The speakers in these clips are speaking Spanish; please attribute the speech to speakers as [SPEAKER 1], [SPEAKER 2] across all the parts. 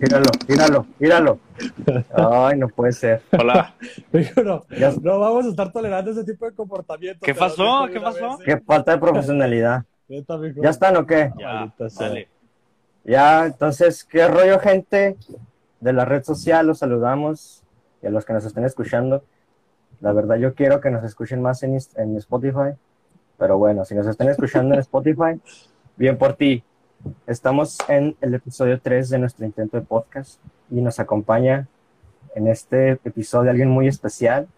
[SPEAKER 1] Míralo, míralo, míralo. Ay, no puede ser.
[SPEAKER 2] Hola.
[SPEAKER 3] Digo, no,
[SPEAKER 1] Ya-
[SPEAKER 3] no vamos a estar tolerando ese tipo de comportamiento.
[SPEAKER 2] ¿Qué
[SPEAKER 3] te lo
[SPEAKER 2] pasó?
[SPEAKER 3] digo de
[SPEAKER 2] ¿Qué
[SPEAKER 3] una
[SPEAKER 2] pasó?
[SPEAKER 3] vez, ¿eh?
[SPEAKER 1] Qué falta de profesionalidad.
[SPEAKER 3] Neta, mijo.
[SPEAKER 1] ¿Ya están o qué?
[SPEAKER 2] Ya,
[SPEAKER 3] Maldita sea.
[SPEAKER 2] dale.
[SPEAKER 1] Ya, entonces, ¿qué rollo, gente? De la red social, los saludamos y a los que nos estén escuchando. La verdad, yo quiero que nos escuchen más en, Inst- en Spotify, pero bueno, si nos están escuchando en Spotify, bien por ti. Estamos en el episodio 3 de nuestro intento de podcast y nos acompaña en este episodio alguien muy especial.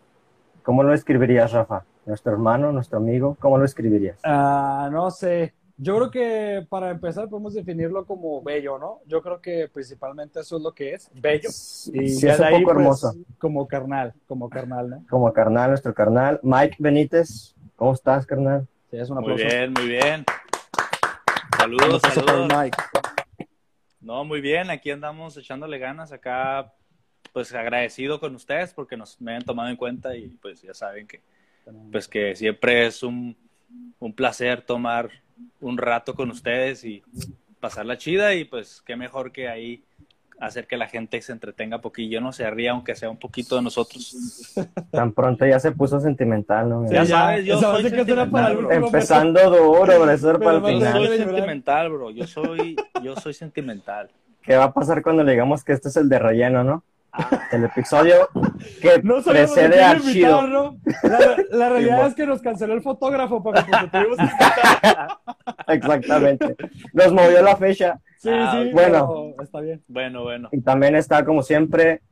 [SPEAKER 1] ¿Cómo lo escribirías, Rafa? ¿Nuestro hermano, nuestro amigo? ¿Cómo lo escribirías?
[SPEAKER 3] Ah, no sé. Yo creo que para empezar podemos definirlo como bello, ¿no? Yo creo que principalmente eso es lo que es, bello. Y
[SPEAKER 1] Sí,
[SPEAKER 3] ya
[SPEAKER 1] es
[SPEAKER 3] de
[SPEAKER 1] un
[SPEAKER 3] ahí,
[SPEAKER 1] poco
[SPEAKER 3] pues,
[SPEAKER 1] hermoso.
[SPEAKER 3] Como carnal, como carnal, ¿no?
[SPEAKER 1] como carnal, nuestro carnal. Mike Benítez, ¿cómo estás, carnal?
[SPEAKER 3] Sí, es un
[SPEAKER 2] Muy
[SPEAKER 3] aplauso.
[SPEAKER 2] bien, muy bien.
[SPEAKER 3] Un
[SPEAKER 2] Saludos,
[SPEAKER 3] aplauso para
[SPEAKER 2] saludos.
[SPEAKER 3] Mike.
[SPEAKER 2] No, muy bien, aquí andamos echándole ganas acá, pues agradecido con ustedes porque nos me han tomado en cuenta y pues ya saben que pues que siempre es un, un placer tomar un rato con ustedes y pasarla chida y pues qué mejor que ahí hacer que la gente se entretenga poquillo, no se ría aunque sea un poquito de nosotros.
[SPEAKER 1] Tan pronto ya se puso sentimental, ¿no?
[SPEAKER 3] Sí,
[SPEAKER 2] Ya
[SPEAKER 1] Mira,
[SPEAKER 2] sabes, yo
[SPEAKER 3] Esa
[SPEAKER 2] soy
[SPEAKER 3] base que será para el último
[SPEAKER 1] Empezando duro, pero eso era para el
[SPEAKER 3] Pero
[SPEAKER 2] Yo
[SPEAKER 3] vamos
[SPEAKER 1] final.
[SPEAKER 3] a
[SPEAKER 2] soy
[SPEAKER 3] Dale, llorar.
[SPEAKER 2] sentimental, bro. Yo soy, yo soy sentimental.
[SPEAKER 1] ¿Qué va a pasar cuando le digamos que este es el de relleno, no? El episodio que
[SPEAKER 3] Ah. No sabíamos de
[SPEAKER 1] precede
[SPEAKER 3] quién
[SPEAKER 1] a
[SPEAKER 3] invitado,
[SPEAKER 1] Chido.
[SPEAKER 3] ¿no? La, la realidad
[SPEAKER 1] Simón.
[SPEAKER 3] es que nos canceló el fotógrafo porque, porque tuvimos que...
[SPEAKER 1] Exactamente. Nos movió la fecha.
[SPEAKER 3] Sí,
[SPEAKER 2] Ah,
[SPEAKER 3] sí,
[SPEAKER 1] bueno.
[SPEAKER 3] pero está bien.
[SPEAKER 2] Bueno, bueno.
[SPEAKER 1] Y también está, como siempre,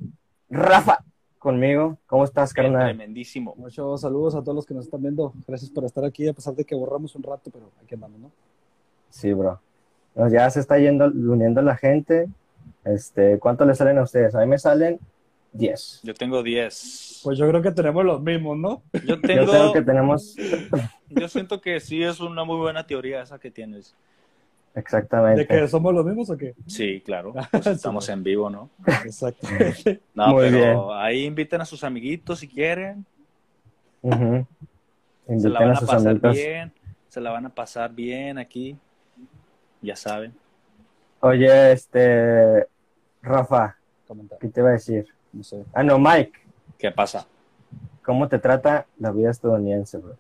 [SPEAKER 1] Rafa conmigo. ¿Cómo estás, carnal?
[SPEAKER 2] Tremendísimo.
[SPEAKER 3] Muchos saludos a todos los que nos están viendo. Gracias por estar aquí, a pesar de que borramos un rato, pero aquí andamos, ¿no?
[SPEAKER 1] Sí, bro. Pues Ya se está yendo, uniendo la gente. Este, ¿Cuánto le salen a ustedes? A mí me salen 10.
[SPEAKER 2] Yo tengo 10.
[SPEAKER 3] Pues yo creo que tenemos los mismos, ¿no?
[SPEAKER 2] Yo
[SPEAKER 1] Yo
[SPEAKER 2] tengo,
[SPEAKER 1] creo que tenemos
[SPEAKER 2] yo siento que sí es una muy buena teoría esa que tienes.
[SPEAKER 1] Exactamente.
[SPEAKER 3] ¿De que somos los mismos o qué?
[SPEAKER 2] Sí, claro. Pues estamos en vivo, ¿no?
[SPEAKER 3] Exacto.
[SPEAKER 2] No,
[SPEAKER 1] Muy
[SPEAKER 2] pero
[SPEAKER 1] bien.
[SPEAKER 2] ahí inviten a sus amiguitos si quieren.
[SPEAKER 1] Ujú.
[SPEAKER 2] Se la
[SPEAKER 1] Inviten
[SPEAKER 2] van
[SPEAKER 1] a
[SPEAKER 2] a
[SPEAKER 1] sus
[SPEAKER 2] pasar
[SPEAKER 1] amigos.
[SPEAKER 2] bien. Se la van a pasar bien aquí. Ya saben.
[SPEAKER 1] Oye, este Rafa,
[SPEAKER 3] Comentar,
[SPEAKER 1] ¿qué te va a decir?
[SPEAKER 3] no sé.
[SPEAKER 1] Ah, no, Mike,
[SPEAKER 2] ¿Qué pasa?
[SPEAKER 1] ¿cómo te trata la vida estadounidense, bro?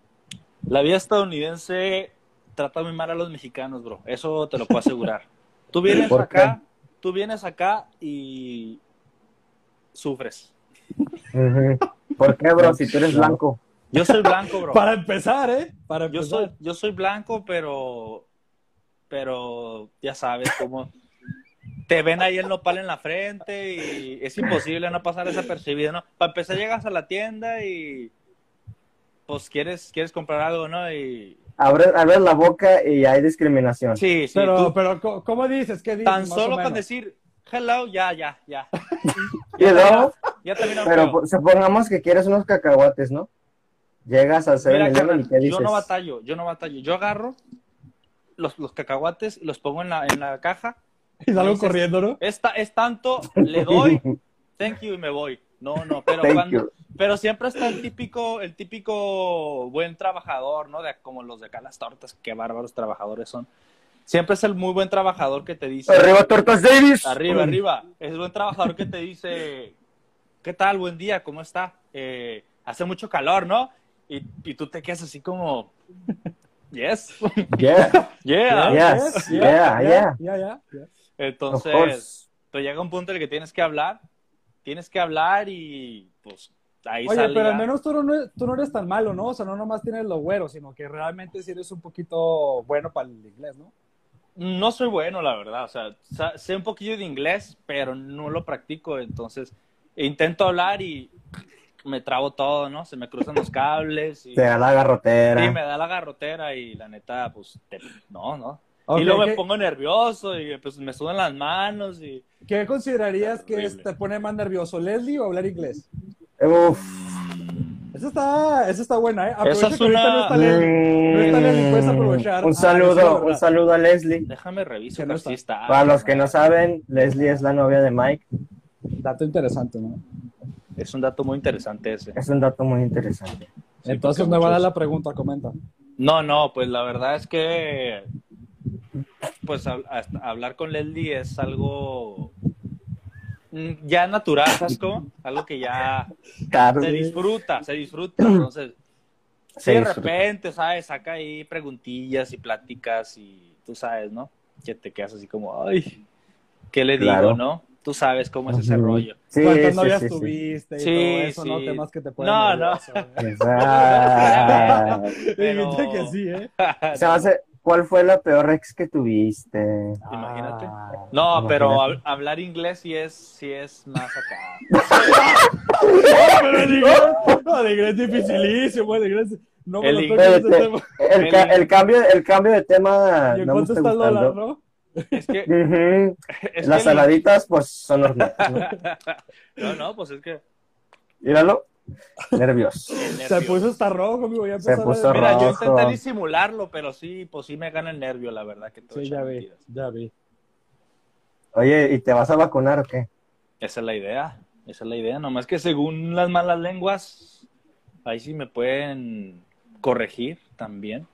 [SPEAKER 2] La vida estadounidense trata muy mal a los mexicanos, bro. Eso te lo puedo asegurar. Tú vienes
[SPEAKER 1] ¿Por
[SPEAKER 2] acá, tú vienes acá y sufres.
[SPEAKER 1] ¿Por qué, bro? Si tú eres blanco.
[SPEAKER 2] Yo soy blanco, bro.
[SPEAKER 3] Para empezar, ¿eh? Para
[SPEAKER 2] Yo
[SPEAKER 3] empezar.
[SPEAKER 2] soy, yo soy blanco, pero, pero ya sabes cómo te ven ahí el nopal en la frente y es imposible no pasar desapercibido, ¿no? Para empezar llegas a la tienda y pues quieres, quieres comprar algo, ¿no? Y
[SPEAKER 1] Abres, abres la boca y hay discriminación.
[SPEAKER 2] sí, sí,
[SPEAKER 3] Pero,
[SPEAKER 2] tú-
[SPEAKER 3] pero, ¿cómo- ¿cómo dices? ¿Qué dices?
[SPEAKER 2] tan
[SPEAKER 3] más o
[SPEAKER 2] solo con
[SPEAKER 3] menos?
[SPEAKER 2] decir hello, ya, ya, ya.
[SPEAKER 1] Y luego,
[SPEAKER 2] Ya terminó el
[SPEAKER 1] pero
[SPEAKER 2] juego.
[SPEAKER 1] pues, supongamos que quieres unos cacahuates, ¿no? Llegas al 7
[SPEAKER 2] Mira, carnal,
[SPEAKER 1] y ¿qué dices?
[SPEAKER 2] yo no batallo, yo no batallo. Yo agarro los, los cacahuates, los pongo en la, en la caja.
[SPEAKER 3] Y salgo
[SPEAKER 2] dices-
[SPEAKER 3] corriendo, ¿no?
[SPEAKER 2] Esta, es tanto, le doy, thank you y me voy. No, no, pero
[SPEAKER 1] Thank
[SPEAKER 2] cuando-
[SPEAKER 1] you.
[SPEAKER 2] pero siempre está el típico, el típico buen trabajador, ¿no? De, como los de acá las tortas, qué bárbaros trabajadores son. Siempre es el muy buen trabajador que te dice.
[SPEAKER 1] Arriba Tortas Davis.
[SPEAKER 2] Arriba, arriba. Es buen trabajador que te dice, ¿qué tal? Buen día, ¿cómo está? Eh, hace mucho calor, ¿no? Y, y tú te quedas así como, yes,
[SPEAKER 1] Yeah.
[SPEAKER 2] yeah.
[SPEAKER 1] Yeah. Yes, yeah, yeah.
[SPEAKER 3] Ya, ya, ya.
[SPEAKER 1] Of
[SPEAKER 2] Entonces,
[SPEAKER 1] course.
[SPEAKER 2] pues llega un punto en el que tienes que hablar, tienes que hablar y pues ahí
[SPEAKER 3] Oye,
[SPEAKER 2] sale
[SPEAKER 3] pero
[SPEAKER 2] ya.
[SPEAKER 3] al menos tú no, tú no eres tan malo, ¿no? O sea, no nomás tienes lo güero, sino que realmente sí eres un poquito bueno para el inglés, ¿no?
[SPEAKER 2] No soy bueno, la verdad. O sea, sa- sé un poquillo de inglés, pero no lo practico. Entonces, intento hablar y me trabo todo, ¿no? Se me cruzan los cables y...
[SPEAKER 1] Te da la garrotera.
[SPEAKER 2] Sí, me da la garrotera y la neta, pues, te- no, no.
[SPEAKER 3] Ok,
[SPEAKER 2] y luego
[SPEAKER 3] ¿qué-
[SPEAKER 2] me pongo nervioso y pues me sudan las manos y...
[SPEAKER 3] ¿Qué considerarías que
[SPEAKER 2] Horrible.
[SPEAKER 3] es- te pone más nervioso, Leslie o hablar inglés?
[SPEAKER 1] Uf.
[SPEAKER 3] Esa está, esa está buena, ¿eh?
[SPEAKER 2] Esa
[SPEAKER 3] Aprovecha
[SPEAKER 2] es
[SPEAKER 3] que ahorita
[SPEAKER 2] una-
[SPEAKER 3] no está Leslie. No está Leslie, puedes aprovechar.
[SPEAKER 1] eh, Un
[SPEAKER 3] Ah, sí,
[SPEAKER 1] saludo,
[SPEAKER 3] ¿verdad?
[SPEAKER 1] un saludo a Leslie.
[SPEAKER 2] Déjame revisar
[SPEAKER 3] Que no
[SPEAKER 2] si está.
[SPEAKER 1] Para los que no saben, Leslie es la novia de Mike.
[SPEAKER 3] Dato interesante, ¿no?
[SPEAKER 2] Es un dato muy interesante ese.
[SPEAKER 1] Es un dato muy interesante.
[SPEAKER 2] Sí,
[SPEAKER 3] Entonces
[SPEAKER 2] porque
[SPEAKER 3] me va a dar
[SPEAKER 2] muchos-
[SPEAKER 3] la pregunta, comenta.
[SPEAKER 2] No, no, pues la verdad es que... Pues hab- hasta hablar con Leslie es algo mm, ya natural, ¿sabes cómo? Algo que ya se
[SPEAKER 1] Tarde.
[SPEAKER 2] disfruta, se disfruta. Entonces,
[SPEAKER 1] Se
[SPEAKER 2] si de
[SPEAKER 1] disfruta.
[SPEAKER 2] repente, ¿sabes? Saca ahí preguntillas y pláticas y tú sabes, ¿no? Que te quedas así como, ay, ¿qué le digo,
[SPEAKER 1] Claro.
[SPEAKER 2] no? Tú sabes cómo es ese
[SPEAKER 1] Ujú.
[SPEAKER 2] rollo.
[SPEAKER 1] Sí,
[SPEAKER 3] ¿Cuántas
[SPEAKER 1] sí,
[SPEAKER 3] novias
[SPEAKER 1] sí, sí.
[SPEAKER 3] tuviste
[SPEAKER 2] Sí,
[SPEAKER 3] y todo eso, no?
[SPEAKER 2] sí.
[SPEAKER 3] Temas que te pueden
[SPEAKER 2] No,
[SPEAKER 3] volver
[SPEAKER 2] no.
[SPEAKER 3] loco, güey.
[SPEAKER 1] Esa-
[SPEAKER 2] Pero-
[SPEAKER 3] Dijiste que sí, ¿eh?
[SPEAKER 1] Se me hace- ¿Cuál fue la peor ex que tuviste?
[SPEAKER 2] Imagínate.
[SPEAKER 3] Ah.
[SPEAKER 2] No,
[SPEAKER 1] Imagínate.
[SPEAKER 2] pero hab- hablar inglés sí es, sí es más acá.
[SPEAKER 3] Pero el inglés, no, el inglés es dificilísimo, el inglés. No me
[SPEAKER 2] El
[SPEAKER 3] lo toques
[SPEAKER 1] inglés-
[SPEAKER 3] ese tema.
[SPEAKER 1] El, ca- el cambio, el cambio de tema
[SPEAKER 3] ¿Y en
[SPEAKER 1] Ah, no me
[SPEAKER 3] cuánto
[SPEAKER 1] está
[SPEAKER 3] está el dólar,
[SPEAKER 1] gustando.
[SPEAKER 3] no?
[SPEAKER 2] Es que,
[SPEAKER 1] Ujú.
[SPEAKER 2] es
[SPEAKER 1] Las
[SPEAKER 2] que el-
[SPEAKER 1] saladitas, pues son normales. ¿no?
[SPEAKER 2] No, no, pues es que.
[SPEAKER 1] Míralo. Nervios.
[SPEAKER 2] el
[SPEAKER 3] Se
[SPEAKER 2] nervio.
[SPEAKER 3] puso hasta rojo, amigo. Ya empezó a-
[SPEAKER 1] puso
[SPEAKER 2] Mira, yo
[SPEAKER 1] rojo.
[SPEAKER 2] intenté disimularlo, pero sí, pues sí me gana el nervio, la verdad, que todo
[SPEAKER 3] Sí,
[SPEAKER 2] echa
[SPEAKER 3] ya vi,
[SPEAKER 2] mentiras.
[SPEAKER 3] ya vi.
[SPEAKER 1] Oye, ¿y te vas a vacunar o qué?
[SPEAKER 2] Esa es la idea, esa es la idea. Nomás que según las malas lenguas, ahí sí me pueden corregir también.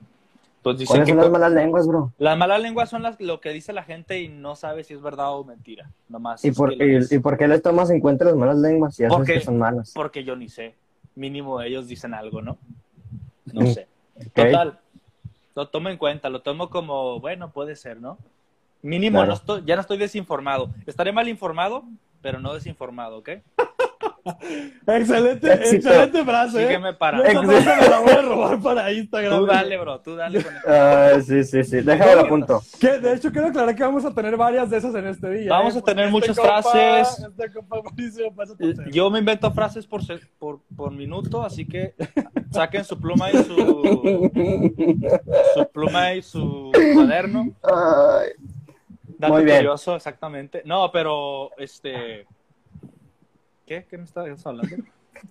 [SPEAKER 2] Entonces dicen
[SPEAKER 1] ¿Cuáles
[SPEAKER 2] que
[SPEAKER 1] son las
[SPEAKER 2] co-
[SPEAKER 1] malas lenguas, bro?
[SPEAKER 2] las malas lenguas son las, lo que dice la gente y no sabe si es verdad o mentira. Nomás
[SPEAKER 1] ¿Y
[SPEAKER 2] es
[SPEAKER 1] por,
[SPEAKER 2] que lo
[SPEAKER 1] y,
[SPEAKER 2] dice.
[SPEAKER 1] y por qué les tomas en cuenta las malas lenguas? Ya sabes
[SPEAKER 2] Porque-
[SPEAKER 1] que son malas.
[SPEAKER 2] porque yo ni sé. Mínimo ellos dicen algo, ¿no? No
[SPEAKER 1] Mm.
[SPEAKER 2] sé.
[SPEAKER 1] Ok.
[SPEAKER 2] Total, lo tomo en cuenta, lo tomo como, bueno, puede ser, ¿no? Mínimo,
[SPEAKER 1] Claro.
[SPEAKER 2] no estoy- ya no estoy desinformado. Estaré mal informado, pero no desinformado, ¿ok?
[SPEAKER 3] Excelente,
[SPEAKER 1] Éxito.
[SPEAKER 3] excelente frase. ¿eh?
[SPEAKER 2] Sígueme para...
[SPEAKER 3] Yo esa frase me la voy a robar para Instagram.
[SPEAKER 2] Tú dale, bro, tú dale con el-
[SPEAKER 1] Ah, sí, sí, sí. Déjame lo apunto.
[SPEAKER 3] Que, de hecho, quiero aclarar que vamos a tener varias de esas en este día.
[SPEAKER 2] Vamos
[SPEAKER 3] ¿eh?
[SPEAKER 2] a tener
[SPEAKER 3] Porque
[SPEAKER 2] muchas
[SPEAKER 3] compa-
[SPEAKER 2] frases.
[SPEAKER 3] Este compa Mauricio pasa por cero.
[SPEAKER 2] Yo me invento frases por, se- por, por minuto, así que saquen su pluma y su, su pluma y su cuaderno.
[SPEAKER 1] Ay,
[SPEAKER 2] Dato
[SPEAKER 1] Muy bien.
[SPEAKER 2] curioso, exactamente. No, pero, este... ¿Qué? ¿Qué me estabas hablando?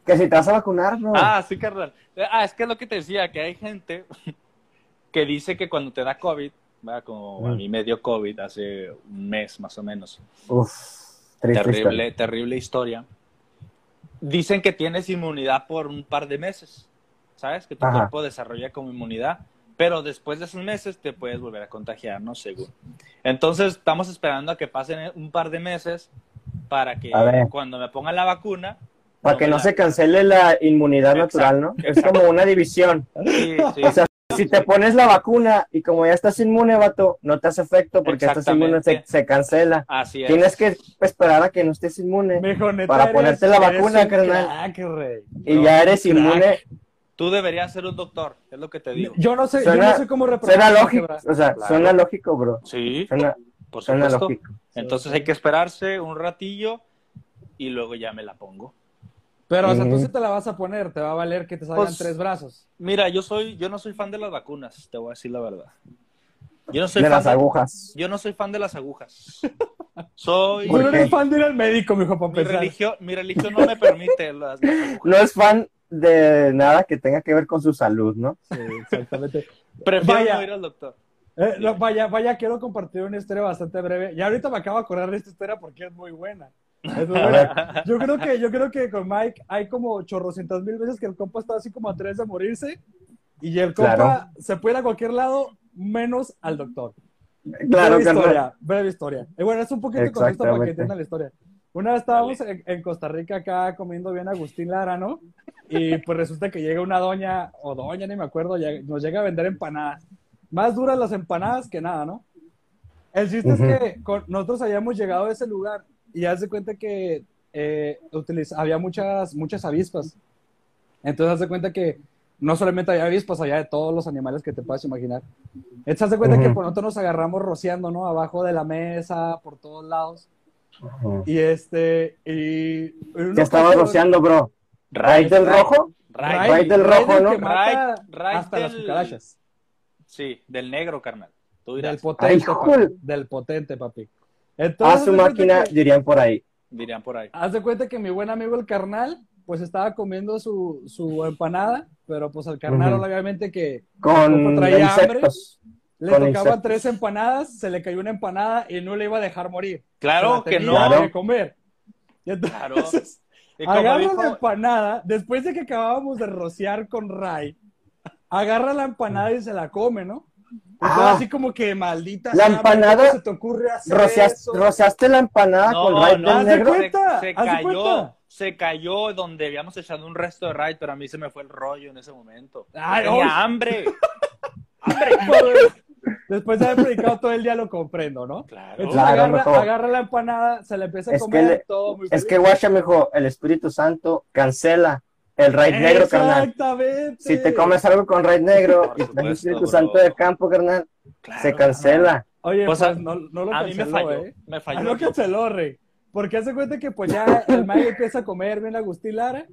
[SPEAKER 1] que si te vas a vacunar, bro.
[SPEAKER 2] Ah, sí, carnal. Ah, es que es lo que te decía, que hay gente que dice que cuando te da COVID, ¿verdad? como a
[SPEAKER 1] Mm.
[SPEAKER 2] mí me dio COVID hace un mes más o menos,
[SPEAKER 1] Uf, triste historia.
[SPEAKER 2] terrible, terrible historia, dicen que tienes inmunidad por un par de meses, ¿sabes? Que tu
[SPEAKER 1] Ajá.
[SPEAKER 2] cuerpo desarrolla como inmunidad, pero después de esos meses te puedes volver a contagiar, ¿no? Según. Entonces, estamos esperando a que pasen un par de meses para que
[SPEAKER 1] A ver.
[SPEAKER 2] cuando me pongan la vacuna...
[SPEAKER 1] Para que
[SPEAKER 2] me
[SPEAKER 1] no
[SPEAKER 2] la-
[SPEAKER 1] se cancele la inmunidad
[SPEAKER 2] Exacto,
[SPEAKER 1] natural, ¿no? Es como una división.
[SPEAKER 2] Sí, sí.
[SPEAKER 1] O sea, si te pones la vacuna y como ya estás inmune, vato, no te hace efecto porque estás inmune, se,
[SPEAKER 2] Exactamente.
[SPEAKER 1] se cancela.
[SPEAKER 2] Así es.
[SPEAKER 1] Tienes que esperar a que no estés inmune
[SPEAKER 3] Mijo, neta,
[SPEAKER 1] Para
[SPEAKER 3] eres-
[SPEAKER 1] ponerte la
[SPEAKER 3] eres
[SPEAKER 1] vacuna,
[SPEAKER 3] un
[SPEAKER 1] carnal.
[SPEAKER 3] crack, rey.
[SPEAKER 1] y ya eres
[SPEAKER 3] crack.
[SPEAKER 1] inmune.
[SPEAKER 2] Tú deberías ser un doctor, es lo que te digo.
[SPEAKER 3] Yo no sé, yo
[SPEAKER 1] Suena-
[SPEAKER 3] no sé cómo
[SPEAKER 1] Suena
[SPEAKER 3] representar.
[SPEAKER 1] lógico, o sea,
[SPEAKER 2] Claro.
[SPEAKER 1] suena lógico, bro.
[SPEAKER 2] Sí,
[SPEAKER 1] Suena,
[SPEAKER 2] por
[SPEAKER 1] suena
[SPEAKER 2] supuesto.
[SPEAKER 1] lógico.
[SPEAKER 2] Entonces hay que esperarse un ratillo y luego ya me la pongo.
[SPEAKER 3] Pero, o sea, tú
[SPEAKER 1] Ujú.
[SPEAKER 3] sí te la vas a poner, te va a valer que te salgan
[SPEAKER 2] Pues-
[SPEAKER 3] tres brazos.
[SPEAKER 2] Mira, yo soy, yo no soy fan de las vacunas, te voy a decir la verdad. Yo no soy
[SPEAKER 1] De
[SPEAKER 2] fan
[SPEAKER 1] las agujas.
[SPEAKER 2] yo no soy fan de las agujas. Soy
[SPEAKER 3] Tú
[SPEAKER 1] ¿Por
[SPEAKER 3] no
[SPEAKER 1] qué?
[SPEAKER 3] eres fan de ir al médico, mijo, para
[SPEAKER 2] mi
[SPEAKER 3] empezar.
[SPEAKER 2] religión, mi religión no me permite las, las agujas.
[SPEAKER 1] No es fan de nada que tenga que ver con su salud, ¿no?
[SPEAKER 3] Sí, exactamente.
[SPEAKER 2] Prefiero
[SPEAKER 3] Vaya.
[SPEAKER 2] no ir al doctor.
[SPEAKER 3] Eh, no, vaya, vaya, quiero compartir una historia bastante breve. Ya ahorita me acabo de acordar de esta historia porque es muy buena. Es muy buena. Yo creo que, yo creo que con Mike hay como chorrocientas mil veces que el compa está así como a tres de morirse y el compa
[SPEAKER 1] Claro.
[SPEAKER 3] se puede ir a cualquier lado menos al doctor.
[SPEAKER 1] Claro,
[SPEAKER 3] breve
[SPEAKER 1] carnal.
[SPEAKER 3] historia, breve historia. Y bueno, es un poquito de contexto para
[SPEAKER 1] Exactamente.
[SPEAKER 3] que entiendan la historia. Una vez estábamos en, en Costa Rica acá comiendo bien Agustín Lara, ¿no? Y pues resulta que llega una doña, o doña, ni me acuerdo, ya- nos llega a vender empanadas. Más duras las empanadas que nada, ¿no? El chiste es
[SPEAKER 1] Ujú.
[SPEAKER 3] que con- nosotros habíamos llegado a ese lugar y ya se cuenta que eh, utiliz- había muchas, muchas avispas. Entonces, hace cuenta que no solamente había avispas, había de todos los animales que te puedas imaginar. Entonces, hace cuenta que
[SPEAKER 1] Ujú.
[SPEAKER 3] por nosotros nos agarramos rociando, ¿no? Abajo de la mesa, por todos lados.
[SPEAKER 1] Ujú.
[SPEAKER 3] Y este, y...
[SPEAKER 1] Ya estaba rociando, bro. Raid del
[SPEAKER 2] Ray,
[SPEAKER 1] rojo.
[SPEAKER 2] Ray,
[SPEAKER 1] Raid del rojo,
[SPEAKER 3] del
[SPEAKER 1] ¿no?
[SPEAKER 3] que mata
[SPEAKER 2] Raid- Raid
[SPEAKER 3] hasta las
[SPEAKER 2] del-
[SPEAKER 3] cucarachas.
[SPEAKER 2] sí, del negro, carnal. Tú
[SPEAKER 3] Del
[SPEAKER 2] dirás,
[SPEAKER 1] Ay,
[SPEAKER 3] potente, papi,
[SPEAKER 1] jol.
[SPEAKER 3] del potente, papi.
[SPEAKER 1] A
[SPEAKER 3] Entonces,
[SPEAKER 1] su
[SPEAKER 3] hace cuenta
[SPEAKER 1] máquina,
[SPEAKER 3] que-
[SPEAKER 1] dirían por ahí.
[SPEAKER 2] dirían por ahí.
[SPEAKER 3] Haz de cuenta que mi buen amigo el carnal, pues estaba comiendo su, su empanada, pero pues al carnal
[SPEAKER 1] Ujú.
[SPEAKER 3] obviamente que
[SPEAKER 1] Con
[SPEAKER 3] Como traía
[SPEAKER 1] insectos.
[SPEAKER 3] le
[SPEAKER 1] Con
[SPEAKER 3] tocaban
[SPEAKER 1] insectos.
[SPEAKER 3] tres empanadas, se le cayó una empanada y no le iba a dejar morir.
[SPEAKER 2] Claro
[SPEAKER 3] Se la
[SPEAKER 2] que no.
[SPEAKER 3] tenía
[SPEAKER 1] Claro.
[SPEAKER 3] que comer. Y entonces,
[SPEAKER 2] Claro. Y como
[SPEAKER 3] agarra
[SPEAKER 2] dijo-
[SPEAKER 3] la empanada, después de que acabábamos de rociar con Ray, agarra la empanada y se la come, ¿no? Entonces, así como que maldita.
[SPEAKER 1] La
[SPEAKER 3] sea,
[SPEAKER 1] empanada-
[SPEAKER 3] ¿cómo se te ocurre hacer
[SPEAKER 1] Rocias-
[SPEAKER 3] eso?
[SPEAKER 1] Rociaste la empanada
[SPEAKER 2] No,
[SPEAKER 1] con
[SPEAKER 2] no,
[SPEAKER 1] raid
[SPEAKER 3] haz
[SPEAKER 1] del
[SPEAKER 3] de
[SPEAKER 1] negro.
[SPEAKER 3] cuenta.
[SPEAKER 2] se, se
[SPEAKER 3] haz de
[SPEAKER 2] cayó,
[SPEAKER 3] cuenta.
[SPEAKER 2] se cayó donde habíamos echado un resto de raid, pero a mí se me fue el rollo en ese momento.
[SPEAKER 3] Ay,
[SPEAKER 2] Tenía
[SPEAKER 3] Ah, hoy.
[SPEAKER 2] hambre.
[SPEAKER 3] Después de haber predicado todo el día, lo comprendo, ¿no?
[SPEAKER 2] Claro.
[SPEAKER 3] Entonces
[SPEAKER 1] Claro,
[SPEAKER 3] agarra,
[SPEAKER 1] mejor.
[SPEAKER 3] agarra la empanada, se la empieza a
[SPEAKER 1] Es que
[SPEAKER 3] comer,
[SPEAKER 1] le-
[SPEAKER 3] todo muy
[SPEAKER 1] Es
[SPEAKER 3] feliz.
[SPEAKER 1] que Guasha me dijo, el Espíritu Santo cancela el raid negro, carnal.
[SPEAKER 3] Exactamente.
[SPEAKER 1] Si te comes algo con raid negro
[SPEAKER 2] Por
[SPEAKER 1] y traes el
[SPEAKER 2] supuesto,
[SPEAKER 1] Espíritu
[SPEAKER 2] bro.
[SPEAKER 1] Santo del campo, carnal,
[SPEAKER 2] Claro,
[SPEAKER 1] se cancela.
[SPEAKER 3] Oye,
[SPEAKER 2] O
[SPEAKER 3] pues,
[SPEAKER 2] sea,
[SPEAKER 3] no, no lo
[SPEAKER 2] A mí me
[SPEAKER 3] canceló,
[SPEAKER 2] falló.
[SPEAKER 3] ¿eh?
[SPEAKER 2] Me
[SPEAKER 3] Ah,
[SPEAKER 2] falló.
[SPEAKER 3] no canceló, rey. Porque hace cuenta que pues ya el mayo empieza a comer bien Agustín Lara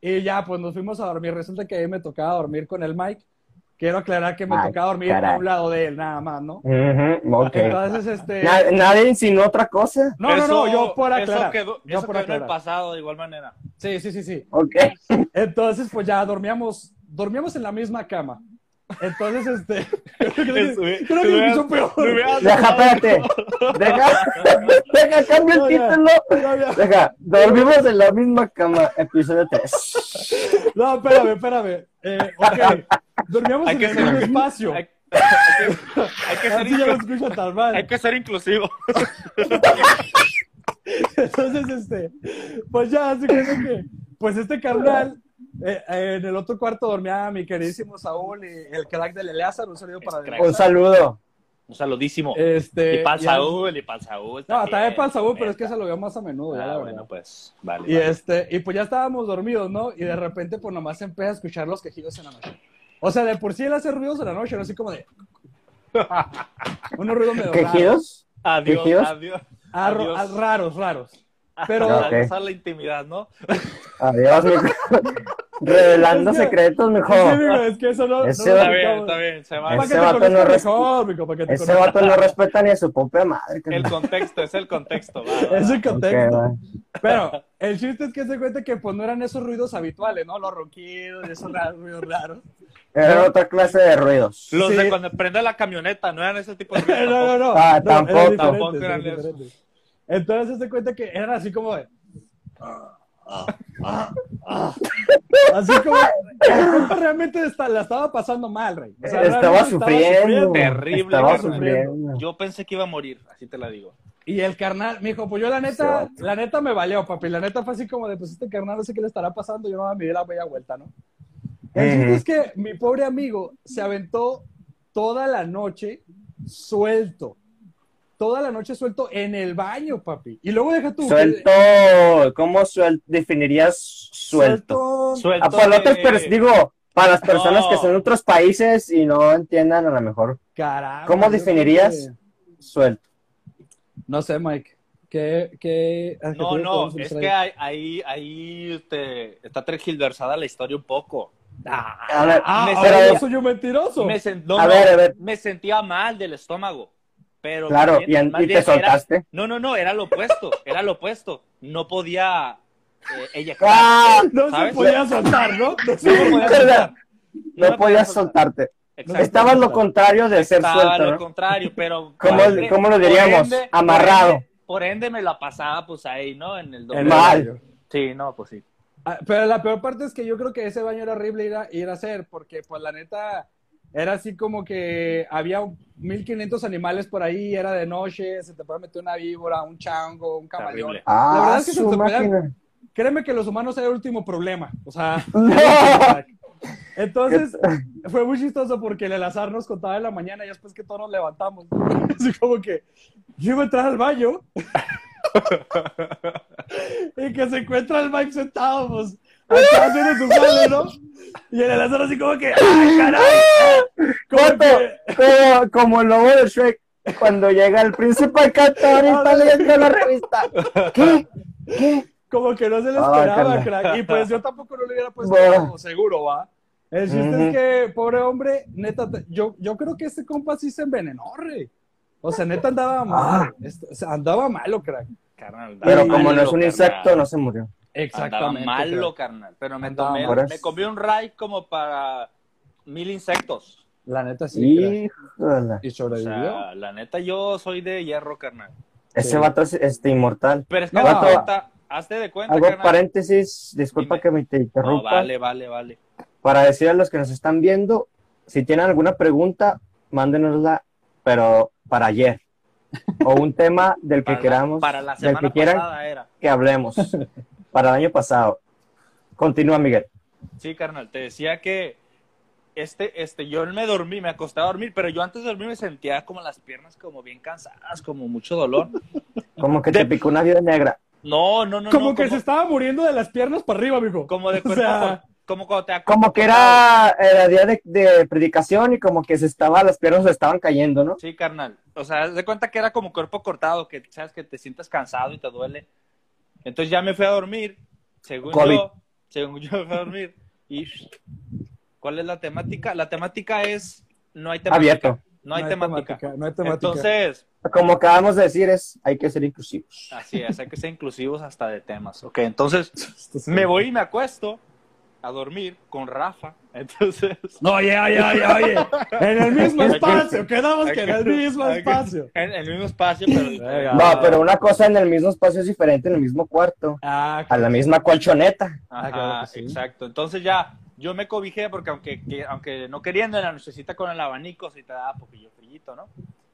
[SPEAKER 3] y ya pues nos fuimos a dormir. Resulta que ahí me tocaba dormir con el Mike. Quiero aclarar que me
[SPEAKER 1] Ay,
[SPEAKER 3] tocaba dormir
[SPEAKER 1] caray.
[SPEAKER 3] a un lado de él, nada más, ¿no?
[SPEAKER 1] Ujú, ok. eh,
[SPEAKER 3] Entonces, este...
[SPEAKER 1] Na- nadie insinuó otra cosa.
[SPEAKER 3] No, no,
[SPEAKER 2] Eso-
[SPEAKER 3] no, yo por aclarar.
[SPEAKER 2] Eso quedó,
[SPEAKER 3] yo
[SPEAKER 2] eso
[SPEAKER 3] por
[SPEAKER 2] quedó en el
[SPEAKER 3] aclarar.
[SPEAKER 2] pasado de igual manera.
[SPEAKER 3] Sí, sí, sí, sí.
[SPEAKER 1] Ok.
[SPEAKER 3] Entonces, pues ya dormíamos, dormíamos en la misma cama. Entonces, este, creo que,
[SPEAKER 2] Eso, eh,
[SPEAKER 3] creo
[SPEAKER 2] me
[SPEAKER 3] que
[SPEAKER 2] hubieras-
[SPEAKER 3] es mucho peor.
[SPEAKER 2] me hubieras-
[SPEAKER 1] Deja, espérate. Deja, deja, cambia el
[SPEAKER 3] No, ya.
[SPEAKER 1] título.
[SPEAKER 3] No, ya.
[SPEAKER 1] Deja, dormimos en la misma cama, episodio 3.
[SPEAKER 3] No, espérame, espérame. Eh, ok, dormíamos
[SPEAKER 2] Hay
[SPEAKER 3] en
[SPEAKER 2] que
[SPEAKER 3] el
[SPEAKER 2] ser-
[SPEAKER 3] mismo espacio.
[SPEAKER 2] Hay, hay que, hay que ser
[SPEAKER 3] Así ya lo
[SPEAKER 2] inclu-
[SPEAKER 3] escucho tan
[SPEAKER 2] hay
[SPEAKER 3] mal.
[SPEAKER 2] que ser inclusivo.
[SPEAKER 3] Entonces, este, pues ya, así que, que pues este carnal, eh, eh, en el otro cuarto dormía mi queridísimo Saúl y el crack del Eleazar, un saludo para
[SPEAKER 2] Crack.
[SPEAKER 1] Un
[SPEAKER 3] Eleazar.
[SPEAKER 1] saludo.
[SPEAKER 2] Un saludísimo.
[SPEAKER 3] Este,
[SPEAKER 2] y para
[SPEAKER 3] y-
[SPEAKER 2] Saúl, y para Saúl.
[SPEAKER 3] No, también para Saúl, pero es que se lo veo más a menudo, ya, la
[SPEAKER 2] Ah,
[SPEAKER 3] verdad.
[SPEAKER 2] bueno, pues, vale.
[SPEAKER 3] Y
[SPEAKER 2] vale.
[SPEAKER 3] este, y pues ya estábamos dormidos, ¿no? Y de repente, pues nomás empecé a escuchar los quejidos en la noche. O sea, de por sí él hace ruidos en la noche, no así como de. Unos ruidos medio raros.
[SPEAKER 1] ¿Quejidos?
[SPEAKER 2] Adiós,
[SPEAKER 1] ¿Tejidos?
[SPEAKER 2] adiós.
[SPEAKER 3] Arro-
[SPEAKER 2] Adiós.
[SPEAKER 3] a- raros, raros.
[SPEAKER 2] Pero
[SPEAKER 3] Pero-
[SPEAKER 1] Ok.
[SPEAKER 2] a la intimidad, ¿no?
[SPEAKER 1] Adiós, mijo. Revelando
[SPEAKER 3] Es que-
[SPEAKER 1] secretos, mijo.
[SPEAKER 3] Sí, amigo, es que eso no.
[SPEAKER 1] Ese
[SPEAKER 3] no lo
[SPEAKER 1] va-
[SPEAKER 2] Está bien,
[SPEAKER 3] explicamos.
[SPEAKER 2] está bien. Se va.
[SPEAKER 3] Para
[SPEAKER 1] Ese
[SPEAKER 3] que te
[SPEAKER 1] vato no
[SPEAKER 3] conozcas
[SPEAKER 1] resp-
[SPEAKER 3] mejor, mijo, para que te
[SPEAKER 1] Ese
[SPEAKER 3] conozcas.
[SPEAKER 1] vato no respeta ni a su propia madre.
[SPEAKER 2] El
[SPEAKER 1] carnal.
[SPEAKER 2] contexto, es el contexto. va, va,
[SPEAKER 3] Es
[SPEAKER 2] va.
[SPEAKER 3] el
[SPEAKER 1] Ok,
[SPEAKER 3] contexto.
[SPEAKER 1] va.
[SPEAKER 3] Pero el chiste es que se cuenta que pues no eran esos ruidos habituales, ¿no? Los ronquidos, esos ra- ruidos raros.
[SPEAKER 1] Era otra clase de ruidos.
[SPEAKER 2] Los
[SPEAKER 3] Sí.
[SPEAKER 2] de cuando prende la camioneta, no eran ese tipo de ruidos
[SPEAKER 3] no, no, no.
[SPEAKER 1] Ah,
[SPEAKER 3] No, eran
[SPEAKER 1] tampoco.
[SPEAKER 3] diferentes,
[SPEAKER 2] Tampoco
[SPEAKER 3] eran
[SPEAKER 2] eran esos.
[SPEAKER 3] diferentes. Entonces se cuenta que eran así como de. Así como. el compa realmente está- la estaba pasando mal, rey. O sea, realmente
[SPEAKER 1] Estaba sufriendo.
[SPEAKER 2] terrible,
[SPEAKER 1] Estaba
[SPEAKER 2] carnal.
[SPEAKER 1] sufriendo.
[SPEAKER 2] Yo pensé que iba a morir, así te la digo.
[SPEAKER 3] Y el carnal me dijo: Pues yo la neta, la neta me valió, papi. La neta fue así como de: Pues este carnal no sé qué le estará pasando. Yo no me di la media vuelta, ¿no? El chiste
[SPEAKER 1] Ujú.
[SPEAKER 3] es que mi pobre amigo se aventó toda la noche suelto. Toda la noche suelto en el baño, papi. Y luego deja tu.
[SPEAKER 1] Suelto. ¿Cómo suel- definirías suelto?
[SPEAKER 2] Suelto
[SPEAKER 1] Ah, para
[SPEAKER 2] de-
[SPEAKER 1] otras pers- digo, para las personas
[SPEAKER 2] No.
[SPEAKER 1] que son de otros países y no entiendan a lo mejor
[SPEAKER 3] Caramba,
[SPEAKER 1] ¿Cómo
[SPEAKER 3] Ah, yo creo
[SPEAKER 1] definirías? suelto.
[SPEAKER 3] que- No sé, Mike. ¿Qué, qué
[SPEAKER 2] No,
[SPEAKER 3] adjetivo
[SPEAKER 2] no,
[SPEAKER 3] podemos
[SPEAKER 2] es
[SPEAKER 3] usar
[SPEAKER 2] que
[SPEAKER 3] ahí?
[SPEAKER 2] ahí, ahí, ahí, este, está tergiversada la historia un poco.
[SPEAKER 1] A ver,
[SPEAKER 3] Ah,
[SPEAKER 2] me
[SPEAKER 3] ahora
[SPEAKER 1] salió-
[SPEAKER 3] yo soy un mentiroso.
[SPEAKER 2] Me, sen- no,
[SPEAKER 1] A
[SPEAKER 2] no,
[SPEAKER 1] ver, a ver.
[SPEAKER 2] me sentía mal del estómago. Pero
[SPEAKER 1] claro,
[SPEAKER 2] también-
[SPEAKER 1] y, en-
[SPEAKER 2] más
[SPEAKER 1] y
[SPEAKER 2] bien
[SPEAKER 1] te
[SPEAKER 2] era-
[SPEAKER 1] soltaste.
[SPEAKER 2] no, no, no, era lo opuesto, era lo opuesto. No podía eh, eyactar,
[SPEAKER 1] ¡Ah!
[SPEAKER 3] No
[SPEAKER 2] ¿sabes?
[SPEAKER 3] se podía soltar, ¿¿no? No se
[SPEAKER 2] No me
[SPEAKER 3] podía
[SPEAKER 2] podía
[SPEAKER 1] ¿Verdad?
[SPEAKER 2] soltar.
[SPEAKER 1] No,
[SPEAKER 2] me podía
[SPEAKER 1] podías soltarte.
[SPEAKER 2] Exacto.
[SPEAKER 1] Estabas lo contrario de ser
[SPEAKER 2] Estaba
[SPEAKER 1] suelto,
[SPEAKER 2] lo
[SPEAKER 1] ¿no?
[SPEAKER 2] contrario, pero...
[SPEAKER 1] ¿Cómo-
[SPEAKER 2] por ende-
[SPEAKER 1] cómo lo
[SPEAKER 2] por
[SPEAKER 1] diríamos? Amarrado.
[SPEAKER 2] Por ende, por ende me la pasaba pues ahí, ¿no? En el
[SPEAKER 3] En el
[SPEAKER 2] domingo.
[SPEAKER 1] Mal.
[SPEAKER 3] baño.
[SPEAKER 2] Sí, no, pues sí.
[SPEAKER 3] Ah, Pero la peor parte es que yo creo que ese baño era horrible ir a, ir a hacer, porque pues la neta era así como que había un- 1500 animales por ahí, era de noche, se te puede meter una víbora, un chango, un camaleón.
[SPEAKER 2] Terrible.
[SPEAKER 1] Ah,
[SPEAKER 3] La verdad es que se
[SPEAKER 1] su
[SPEAKER 3] te podía-
[SPEAKER 1] máquina.
[SPEAKER 3] Créeme que los humanos era el último problema, o sea.
[SPEAKER 1] No.
[SPEAKER 3] Entonces fue muy chistoso porque el azar nos contaba en la mañana y después que todos nos levantamos. Así como que yo iba a entrar al baño y que se encuentra el Mike sentado, pues, acá haciendo su madre, ¿no? Y el azar así como que, ¡ay, caray! Como
[SPEAKER 1] Corto,
[SPEAKER 3] que,
[SPEAKER 1] pero como el lobo de Shrek, cuando llega el príncipe Cantor y está leyendo la revista. ¿Qué? ¿Qué?
[SPEAKER 3] como que no se lo
[SPEAKER 1] Ah,
[SPEAKER 3] esperaba,
[SPEAKER 1] carnal.
[SPEAKER 3] crack. Y pues yo tampoco no le hubiera puesto
[SPEAKER 1] Bueno.
[SPEAKER 3] como seguro, ¿va? El chiste
[SPEAKER 1] Ujú.
[SPEAKER 3] es que, pobre hombre, neta, te- yo, yo creo que este compa sí se envenenó, re. O sea,
[SPEAKER 1] Ah.
[SPEAKER 3] neta andaba mal. Est- o sea, andaba malo, crack.
[SPEAKER 2] Carnal,
[SPEAKER 1] Pero
[SPEAKER 2] andaba
[SPEAKER 1] como no es
[SPEAKER 2] malo,
[SPEAKER 1] un
[SPEAKER 2] carnal.
[SPEAKER 1] insecto, no se murió.
[SPEAKER 2] Andaba
[SPEAKER 3] Exactamente.
[SPEAKER 2] malo,
[SPEAKER 3] crack.
[SPEAKER 2] carnal. Pero me
[SPEAKER 3] Andaba
[SPEAKER 2] tomé,
[SPEAKER 1] mal.
[SPEAKER 2] me comí un raid como para mil insectos.
[SPEAKER 3] La neta sí. crack.
[SPEAKER 1] Híjole.
[SPEAKER 3] Y
[SPEAKER 2] O
[SPEAKER 3] sobrevivió.
[SPEAKER 2] sea, la neta, yo soy de hierro, carnal.
[SPEAKER 1] Ese
[SPEAKER 3] Sí.
[SPEAKER 1] vato es este, inmortal.
[SPEAKER 2] Pero es que
[SPEAKER 3] No.
[SPEAKER 2] haz de cuenta, hazte de cuenta,
[SPEAKER 1] Hago
[SPEAKER 2] carnal.
[SPEAKER 1] paréntesis, disculpa
[SPEAKER 2] Dime.
[SPEAKER 1] que me te interrumpa,
[SPEAKER 2] No, vale, vale, vale.
[SPEAKER 1] para decir a los que nos están viendo, si tienen alguna pregunta mándenosla, pero para ayer. O un tema del que
[SPEAKER 2] Para la-
[SPEAKER 1] queramos,
[SPEAKER 2] para la
[SPEAKER 1] del
[SPEAKER 2] semana
[SPEAKER 1] que quieran
[SPEAKER 2] pasada era.
[SPEAKER 1] que hablemos. Para el año pasado. Continúa, Miguel.
[SPEAKER 2] Sí, carnal, te decía que este, este, yo me dormí, me acosté a dormir, pero yo antes de dormir me sentía como las piernas como bien cansadas, como mucho dolor.
[SPEAKER 1] Como que te
[SPEAKER 2] De-
[SPEAKER 1] picó una viuda negra.
[SPEAKER 2] No, no, no,
[SPEAKER 3] como
[SPEAKER 2] no,
[SPEAKER 3] que
[SPEAKER 2] como,
[SPEAKER 3] se estaba muriendo de las piernas para arriba, mijo.
[SPEAKER 2] como de
[SPEAKER 3] O
[SPEAKER 2] cuerpo,
[SPEAKER 3] sea,
[SPEAKER 2] con- como cuando te acuestas
[SPEAKER 1] Como que era, era día de, de predicación y como que se estaba, las piernas se estaban cayendo, ¿no?
[SPEAKER 2] Sí, carnal. O sea, haz de cuenta que era como cuerpo cortado, que sabes que te sientes cansado y te duele. Entonces ya me fui a dormir, según
[SPEAKER 1] COVID.
[SPEAKER 2] yo, según yo me fui a dormir. ¿Y cuál es la temática? La temática es no hay temática.
[SPEAKER 1] Abierto.
[SPEAKER 2] No hay, temática.
[SPEAKER 3] No hay temática.
[SPEAKER 2] Entonces,
[SPEAKER 1] Como acabamos de decir, es hay que ser inclusivos.
[SPEAKER 2] así es, hay que ser inclusivos hasta de temas. Ok, entonces
[SPEAKER 3] Este
[SPEAKER 2] me voy y me acuesto a dormir con Rafa. Entonces,
[SPEAKER 3] No, oye, oye, oye, oye. En el mismo espacio. Quedamos que en el mismo
[SPEAKER 2] hay que-
[SPEAKER 3] espacio.
[SPEAKER 2] en el mismo espacio, pero
[SPEAKER 3] Venga.
[SPEAKER 1] No,
[SPEAKER 2] Ah.
[SPEAKER 1] pero una cosa en el mismo espacio es diferente, en el mismo cuarto,
[SPEAKER 3] Ah,
[SPEAKER 1] a la misma colchoneta.
[SPEAKER 2] Ajá,
[SPEAKER 3] Ah, claro que sí.
[SPEAKER 2] exacto. Entonces ya, yo me cobijé porque aunque, que- aunque no queriendo, en la nochecita con el abanico si te da poquillo frillito, ¿no?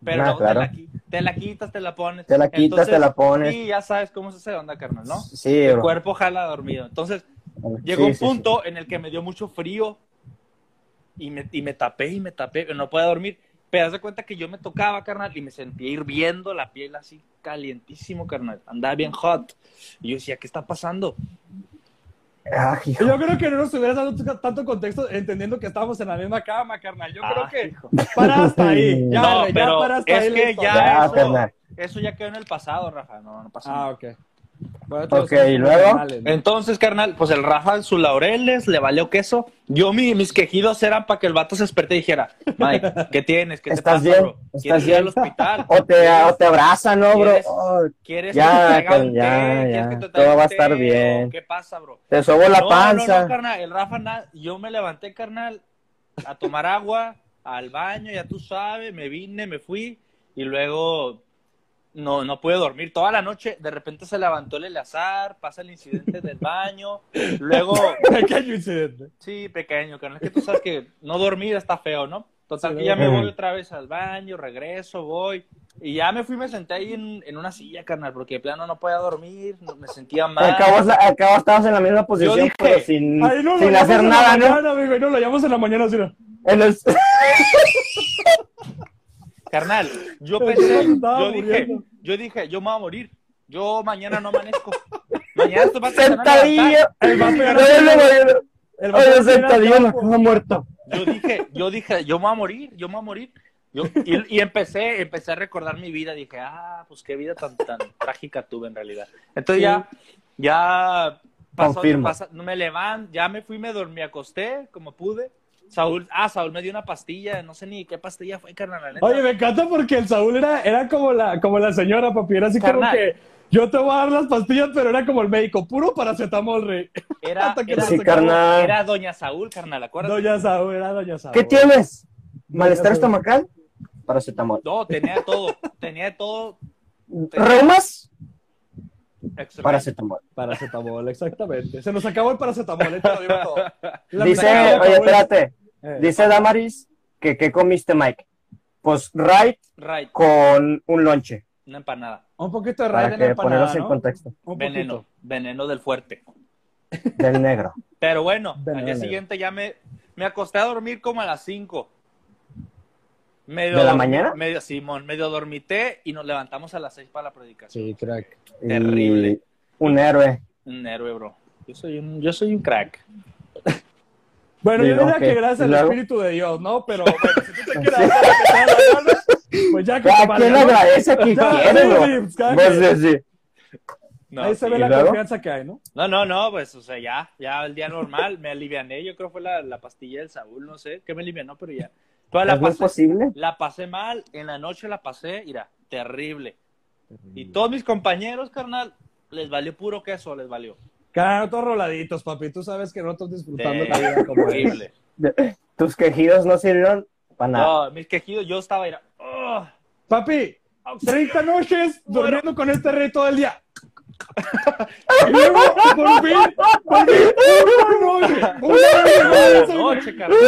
[SPEAKER 2] Pero
[SPEAKER 1] Ah,
[SPEAKER 2] luego
[SPEAKER 1] claro.
[SPEAKER 2] te, la, qui- te la quitas, te la pones.
[SPEAKER 1] Te la quitas, te la pones.
[SPEAKER 2] Y ya sabes cómo se hace onda, carnal, ¿no?
[SPEAKER 1] Sí,
[SPEAKER 2] El
[SPEAKER 1] bro.
[SPEAKER 2] cuerpo jala dormido. Entonces, llegó
[SPEAKER 1] Sí,
[SPEAKER 2] un
[SPEAKER 1] sí,
[SPEAKER 2] punto en el que me dio mucho frío y me, y me tapé y me tapé, no podía dormir. Pero haz de cuenta que yo me tocaba, carnal, y me sentía hirviendo la piel así calientísimo, carnal. Andaba bien hot. Y yo decía, ¿qué está pasando?
[SPEAKER 1] sí. Ah, hijo.
[SPEAKER 3] Yo creo que no nos hubieras dado t- tanto contexto entendiendo que estábamos en la misma cama, carnal. Yo
[SPEAKER 2] Ah,
[SPEAKER 3] creo que
[SPEAKER 2] hijo.
[SPEAKER 3] para hasta ahí. Ya,
[SPEAKER 2] No,
[SPEAKER 3] ya
[SPEAKER 2] pero
[SPEAKER 3] para hasta
[SPEAKER 2] es
[SPEAKER 3] ahí la
[SPEAKER 2] que ya
[SPEAKER 3] historia.
[SPEAKER 1] Ya,
[SPEAKER 2] eso-
[SPEAKER 1] carnal.
[SPEAKER 2] Eso ya quedó en el pasado, Rafa. No, no pasa
[SPEAKER 3] Ah,
[SPEAKER 2] nada.
[SPEAKER 3] ok. Bueno,
[SPEAKER 1] Ok,
[SPEAKER 3] son
[SPEAKER 1] ¿y luego?
[SPEAKER 3] personales, ¿no?
[SPEAKER 2] Entonces, carnal, pues el Rafa en sus laureles le valió queso. Yo mi- mis quejidos eran para que el vato se desperté y dijera, Mike, ¿qué tienes? ¿Qué te
[SPEAKER 1] ¿Estás
[SPEAKER 2] pasa,
[SPEAKER 1] bien?
[SPEAKER 2] bro?
[SPEAKER 1] ¿Estás
[SPEAKER 2] ¿Quieres ir
[SPEAKER 1] bien?
[SPEAKER 2] al hospital?
[SPEAKER 1] O te, o te abraza, ¿no, bro?
[SPEAKER 2] ¿Quieres?
[SPEAKER 1] Oh,
[SPEAKER 2] ¿Quieres
[SPEAKER 1] Ya,
[SPEAKER 2] que te haga un
[SPEAKER 1] ya,
[SPEAKER 2] té?
[SPEAKER 1] ya.
[SPEAKER 2] ¿Quieres que te
[SPEAKER 1] Todo
[SPEAKER 2] traiga
[SPEAKER 1] va a
[SPEAKER 2] un
[SPEAKER 1] estar
[SPEAKER 2] té?
[SPEAKER 1] bien.
[SPEAKER 2] ¿O ¿Qué pasa, bro?
[SPEAKER 1] te sobo la
[SPEAKER 2] no,
[SPEAKER 1] panza.
[SPEAKER 2] No, no, carnal, el Rafa, na- yo me levanté, carnal, a tomar agua, al baño, ya tú sabes, me vine, me fui, y luego no, no pude dormir toda la noche. De repente se levantó el Eleazar, pasa el incidente del baño, luego,
[SPEAKER 3] Pequeño incidente.
[SPEAKER 2] sí, pequeño, carnal, es que tú sabes que no dormir está feo, ¿no? Total,
[SPEAKER 3] Sí,
[SPEAKER 2] que ya me
[SPEAKER 1] ¿no?
[SPEAKER 2] voy otra vez al baño, regreso, voy. Y ya me fui, me senté ahí en, en una silla, carnal, porque de plano no podía dormir, no- me sentía mal.
[SPEAKER 1] Al cabo, al cabo estabas en la misma posición,
[SPEAKER 2] dije,
[SPEAKER 1] pero sin,
[SPEAKER 3] Ay, no,
[SPEAKER 1] Mm, sin
[SPEAKER 3] lo
[SPEAKER 1] hacer
[SPEAKER 3] llamamos en la
[SPEAKER 1] nada, ¿no?
[SPEAKER 3] mañana, amigo, y no, lo llamamos en la mañana, sí, no.
[SPEAKER 1] En el-
[SPEAKER 2] Carnal, yo pensé,
[SPEAKER 3] Estaba
[SPEAKER 2] yo dije,
[SPEAKER 3] muriendo.
[SPEAKER 2] yo dije, yo me voy a morir. Yo mañana no amanezco. Mañana esto va a
[SPEAKER 1] sentadillo.
[SPEAKER 3] El vato ya no
[SPEAKER 1] Oye,
[SPEAKER 3] tiene-
[SPEAKER 1] güey,
[SPEAKER 2] Ah,
[SPEAKER 3] El vato
[SPEAKER 1] oye,
[SPEAKER 3] ya tiene
[SPEAKER 1] sentadillo, la
[SPEAKER 3] campo.
[SPEAKER 1] cama muerta.
[SPEAKER 2] Yo dije, yo dije, yo me voy a morir, yo me voy a morir. Yo, y, y empecé, empecé a recordar mi vida. Dije, ah, pues qué vida tan, tan trágica tuve en realidad. Entonces ya, ya pasó,
[SPEAKER 1] Confirmo.
[SPEAKER 2] pasa- me levanté, ya me fui, me dormí, acosté como pude. Saúl, ah, Saúl me dio una pastilla, no sé ni qué pastilla fue, carnal. la neta.
[SPEAKER 3] Oye, me encanta porque el Saúl era, era como, la, como la señora, papi. Era así como
[SPEAKER 2] Carnal.
[SPEAKER 3] que yo te voy a dar las pastillas, pero era como el médico, puro paracetamol, rey.
[SPEAKER 2] era,
[SPEAKER 3] hasta que
[SPEAKER 2] era-
[SPEAKER 3] se
[SPEAKER 1] Sí, carnal.
[SPEAKER 2] era Doña Saúl, carnal, acuérdate.
[SPEAKER 3] Doña Saúl, era Doña Saúl.
[SPEAKER 1] ¿Qué tienes?
[SPEAKER 3] Ya,
[SPEAKER 1] ¿Malestar
[SPEAKER 3] ya,
[SPEAKER 1] estomacal? Paracetamol.
[SPEAKER 2] No, tenía de todo, tenía de todo.
[SPEAKER 1] ¿Reumas?
[SPEAKER 2] excelente.
[SPEAKER 1] Paracetamol.
[SPEAKER 3] Paracetamol, exactamente. Se nos acabó el paracetamol, ahí te lo digo todo. La- se nos
[SPEAKER 1] Dice,
[SPEAKER 3] acabó
[SPEAKER 1] oye,
[SPEAKER 3] el-
[SPEAKER 1] espérate.
[SPEAKER 3] Eh,
[SPEAKER 1] Dice Damaris que qué comiste, Mike. Pues right
[SPEAKER 2] Right,
[SPEAKER 1] con un lonche.
[SPEAKER 2] una empanada.
[SPEAKER 3] un poquito de
[SPEAKER 1] Para
[SPEAKER 3] rayo en
[SPEAKER 1] que
[SPEAKER 3] el
[SPEAKER 1] ponernos en contexto.
[SPEAKER 2] Veneno, veneno del fuerte.
[SPEAKER 1] Del negro.
[SPEAKER 2] Pero bueno, al
[SPEAKER 3] Veneno
[SPEAKER 2] día
[SPEAKER 3] negro.
[SPEAKER 2] siguiente ya me, me acosté a dormir como a las 5.
[SPEAKER 1] ¿De la mañana?
[SPEAKER 2] Medio, Simón, medio dormité y nos levantamos a las 6 para la predicación.
[SPEAKER 3] Sí, crack.
[SPEAKER 1] Y
[SPEAKER 2] Terrible.
[SPEAKER 1] Un héroe.
[SPEAKER 2] Un héroe, bro. Yo soy un, yo soy un crack.
[SPEAKER 3] Bueno, yo
[SPEAKER 1] Digo,
[SPEAKER 3] diría
[SPEAKER 1] ok.
[SPEAKER 3] que gracias al
[SPEAKER 1] Luego-
[SPEAKER 3] Espíritu de Dios, ¿no? Pero bueno, si tú te quieres dar lo que te da la gana, pues ya que te
[SPEAKER 1] Cada
[SPEAKER 3] valga,
[SPEAKER 1] quien le
[SPEAKER 3] ¿no?
[SPEAKER 1] Ah, agradece a quien
[SPEAKER 3] Ya,
[SPEAKER 1] quiere,
[SPEAKER 3] sí,
[SPEAKER 1] bro.
[SPEAKER 3] sí, pues, cada
[SPEAKER 1] Pues,
[SPEAKER 3] quien.
[SPEAKER 1] sí, sí.
[SPEAKER 2] No,
[SPEAKER 3] Ahí se
[SPEAKER 2] sí.
[SPEAKER 3] ve
[SPEAKER 1] ¿Y
[SPEAKER 3] la
[SPEAKER 1] luego?
[SPEAKER 3] confianza que hay, ¿no?
[SPEAKER 2] no, no, no, pues, o sea, ya, ya el día normal, me aliviané, yo creo fue la, la pastilla del Saúl, no sé, que me alivianó, pero ya. Toda la
[SPEAKER 1] Pues, ¿Es muy
[SPEAKER 2] pasé,
[SPEAKER 1] posible?
[SPEAKER 2] La pasé mal, en la noche la pasé, mira, terrible. Y todos mis compañeros, carnal, les valió puro queso, les valió.
[SPEAKER 3] Claro, todos roladitos, papi. Tú sabes que nosotros disfrutando la vida como es.
[SPEAKER 2] Terrible.
[SPEAKER 1] Tus quejidos no sirvieron para nada.
[SPEAKER 2] No, mis quejidos, yo estaba, mira, ¡oh!
[SPEAKER 3] Papi,
[SPEAKER 2] auxilio.
[SPEAKER 3] 30 noches durmiendo con este rey todo el día. Y luego, por fin, por fin, una noche,
[SPEAKER 2] Toda
[SPEAKER 3] una noche, una
[SPEAKER 2] la
[SPEAKER 3] noche.
[SPEAKER 2] noche, carnal.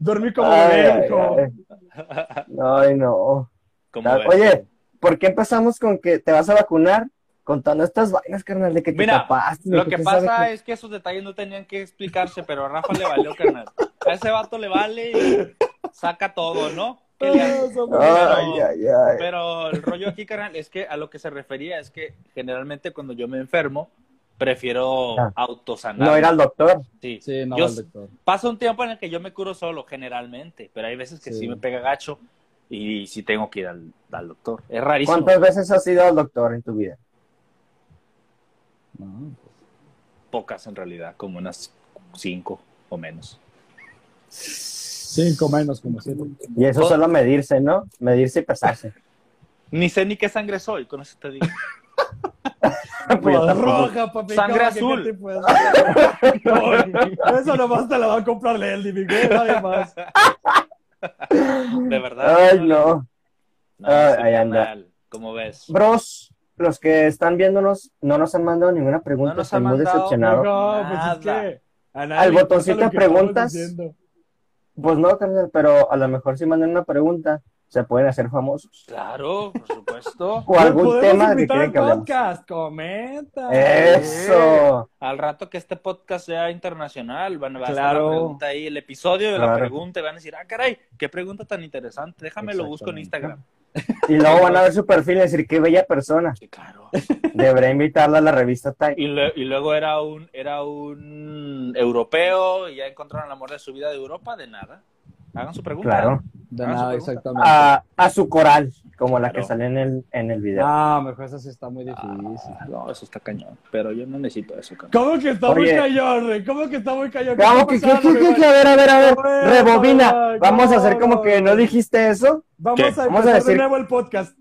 [SPEAKER 3] Dormí como
[SPEAKER 1] Ay,
[SPEAKER 3] bebé,
[SPEAKER 1] ay,
[SPEAKER 3] hijo.
[SPEAKER 1] ay. Ay, no.
[SPEAKER 2] ¿Cómo
[SPEAKER 1] Ah,
[SPEAKER 2] ves?
[SPEAKER 1] Oye, ¿por qué empezamos con que te vas a vacunar? Contando estas vainas, carnal, de que te
[SPEAKER 2] Mira,
[SPEAKER 1] tapaste. de
[SPEAKER 2] Lo que
[SPEAKER 1] quién sabe
[SPEAKER 2] pasa
[SPEAKER 1] qué.
[SPEAKER 2] es que esos detalles no tenían que explicarse, pero a Rafa le valió, carnal. A ese vato le vale y saca todo, ¿no? ¿Qué le hace?
[SPEAKER 1] Ay, ay, ay.
[SPEAKER 2] Pero el rollo aquí, carnal, es que a lo que se refería es que generalmente cuando yo me enfermo, prefiero
[SPEAKER 1] Ah.
[SPEAKER 2] autosanar.
[SPEAKER 1] No era al doctor.
[SPEAKER 2] Sí.
[SPEAKER 4] Sí, no,
[SPEAKER 2] Yo-
[SPEAKER 4] al doctor.
[SPEAKER 2] Pasa un tiempo en el que yo me curo solo, generalmente, pero hay veces que sí,
[SPEAKER 4] Sí.
[SPEAKER 2] me pega gacho y sí tengo que ir al, al doctor. Es rarísimo.
[SPEAKER 1] ¿Cuántas veces has ido al doctor en tu vida?
[SPEAKER 4] No, pues,
[SPEAKER 2] Pocas en realidad, como unas cinco o menos.
[SPEAKER 4] Cinco menos, como siete.
[SPEAKER 1] Y eso
[SPEAKER 2] Oh.
[SPEAKER 1] solo medirse, ¿no? Medirse y pesarse.
[SPEAKER 2] Ni sé ni qué sangre soy, con eso te digo.
[SPEAKER 1] Pues yo
[SPEAKER 3] Pues
[SPEAKER 1] tampoco.
[SPEAKER 3] roja, papi.
[SPEAKER 2] Sangre
[SPEAKER 3] ¿cómo que
[SPEAKER 2] azul.
[SPEAKER 3] qué te puedo hacer? No, eso nomás te la va a comprar Leldi, mi güey, nadie más.
[SPEAKER 2] De verdad.
[SPEAKER 1] Ay, no.
[SPEAKER 2] No,
[SPEAKER 1] Ay,
[SPEAKER 2] sí,
[SPEAKER 1] ahí anda.
[SPEAKER 2] carnal, ¿Cómo ves?
[SPEAKER 1] Bros, los que están viéndonos no nos han mandado ninguna pregunta.
[SPEAKER 2] No nos
[SPEAKER 1] Estoy
[SPEAKER 2] han
[SPEAKER 1] muy
[SPEAKER 2] mandado,
[SPEAKER 1] decepcionado.
[SPEAKER 3] No, pues es
[SPEAKER 2] Nada.
[SPEAKER 3] que. a nadie
[SPEAKER 1] Al
[SPEAKER 3] le importa
[SPEAKER 1] botoncito
[SPEAKER 3] lo que estamos
[SPEAKER 1] preguntas.
[SPEAKER 3] diciendo.
[SPEAKER 1] Pues no, carnal, pero a lo mejor si mandan una pregunta, se pueden hacer famosos.
[SPEAKER 2] Claro, por supuesto.
[SPEAKER 1] O algún
[SPEAKER 3] ¿Podemos
[SPEAKER 1] tema que
[SPEAKER 3] invitar
[SPEAKER 1] quieren
[SPEAKER 3] al
[SPEAKER 1] que hablemos.
[SPEAKER 3] podcast? Comenta.
[SPEAKER 1] Eso.
[SPEAKER 2] Al rato que este podcast sea internacional, van, va a estar
[SPEAKER 3] Claro.
[SPEAKER 2] la pregunta ahí, el episodio de la
[SPEAKER 1] Claro.
[SPEAKER 2] pregunta, y van a decir, ah, caray, qué pregunta tan interesante, déjame lo busco en
[SPEAKER 4] Exactamente.
[SPEAKER 2] Instagram.
[SPEAKER 1] Y luego van a ver su perfil y decir qué bella persona.
[SPEAKER 2] Sí, claro.
[SPEAKER 1] Debería invitarla a la revista Time.
[SPEAKER 2] Y, lue- y luego era un, era un europeo y ya encontraron el amor de su vida de Europa, de nada. Hagan su pregunta.
[SPEAKER 1] Claro.
[SPEAKER 4] De
[SPEAKER 2] Ah,
[SPEAKER 4] nada,
[SPEAKER 2] su pregunta.
[SPEAKER 4] exactamente.
[SPEAKER 1] A, a su coral, como la que
[SPEAKER 2] Claro.
[SPEAKER 1] sale en el, en el video.
[SPEAKER 4] Ah, mejor esa sí está muy difícil.
[SPEAKER 2] Ah, no, eso está cañón, pero yo no necesito eso. cabrón.
[SPEAKER 3] ¿Cómo que está muy
[SPEAKER 1] Oye.
[SPEAKER 3] callón, güey? ¿Cómo que está muy callón? ¿Qué
[SPEAKER 1] Vamos,
[SPEAKER 3] está
[SPEAKER 1] que, que, que-
[SPEAKER 3] pasando, mi
[SPEAKER 1] que-
[SPEAKER 3] güey?
[SPEAKER 1] a ver, a ver, a ver.
[SPEAKER 3] Bueno,
[SPEAKER 1] Rebobina.
[SPEAKER 3] bueno,
[SPEAKER 1] Vamos a hacer como que
[SPEAKER 3] bueno.
[SPEAKER 1] no dijiste eso.
[SPEAKER 3] Vamos
[SPEAKER 2] ¿Qué?
[SPEAKER 3] a empezar
[SPEAKER 1] Vamos a
[SPEAKER 3] de
[SPEAKER 1] decir-
[SPEAKER 3] nuevo el podcast.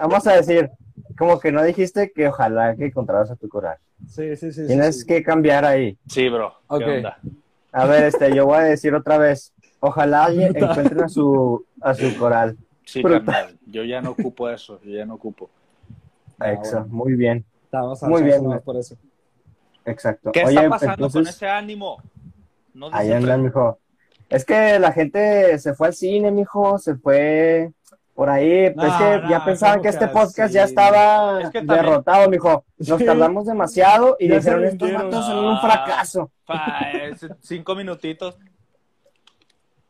[SPEAKER 1] Vamos a decir, como que no dijiste que ojalá que encontraras a tu coral.
[SPEAKER 3] Sí, sí, sí.
[SPEAKER 1] Tienes
[SPEAKER 3] sí, sí.
[SPEAKER 1] que cambiar ahí.
[SPEAKER 2] Sí, bro. ¿qué
[SPEAKER 4] Ok.
[SPEAKER 2] onda?
[SPEAKER 1] A ver, este, yo voy a decir otra vez. Ojalá alguien encuentren a su, a su coral.
[SPEAKER 2] Sí,
[SPEAKER 1] Brutal.
[SPEAKER 2] carnal, yo ya no ocupo eso, yo ya no ocupo.
[SPEAKER 4] Ah,
[SPEAKER 1] Exacto,
[SPEAKER 4] bueno.
[SPEAKER 1] muy bien.
[SPEAKER 4] Vamos a
[SPEAKER 1] Muy
[SPEAKER 4] muy
[SPEAKER 1] bien,
[SPEAKER 4] bien,
[SPEAKER 1] güey.
[SPEAKER 4] por eso.
[SPEAKER 1] Exacto.
[SPEAKER 2] ¿Qué
[SPEAKER 1] Oye,
[SPEAKER 2] está pasando con
[SPEAKER 1] entonces,
[SPEAKER 2] ese ánimo? No
[SPEAKER 1] ahí
[SPEAKER 2] dice-
[SPEAKER 1] andan, mijo. Es que la gente se fue al cine, mijo, se fue por ahí.
[SPEAKER 3] No,
[SPEAKER 1] es que
[SPEAKER 3] no,
[SPEAKER 1] ya pensaban
[SPEAKER 3] ¿cómo
[SPEAKER 1] que este
[SPEAKER 3] que
[SPEAKER 1] podcast ya
[SPEAKER 3] así?
[SPEAKER 1] estaba
[SPEAKER 2] Es que también-
[SPEAKER 1] derrotado, mijo. Nos
[SPEAKER 3] Sí.
[SPEAKER 1] tardamos demasiado y
[SPEAKER 3] Ya se
[SPEAKER 1] dijeron, estos
[SPEAKER 3] rindieron".
[SPEAKER 1] vatos son un
[SPEAKER 2] Ah.
[SPEAKER 1] fracaso.
[SPEAKER 2] Pa, es cinco minutitos.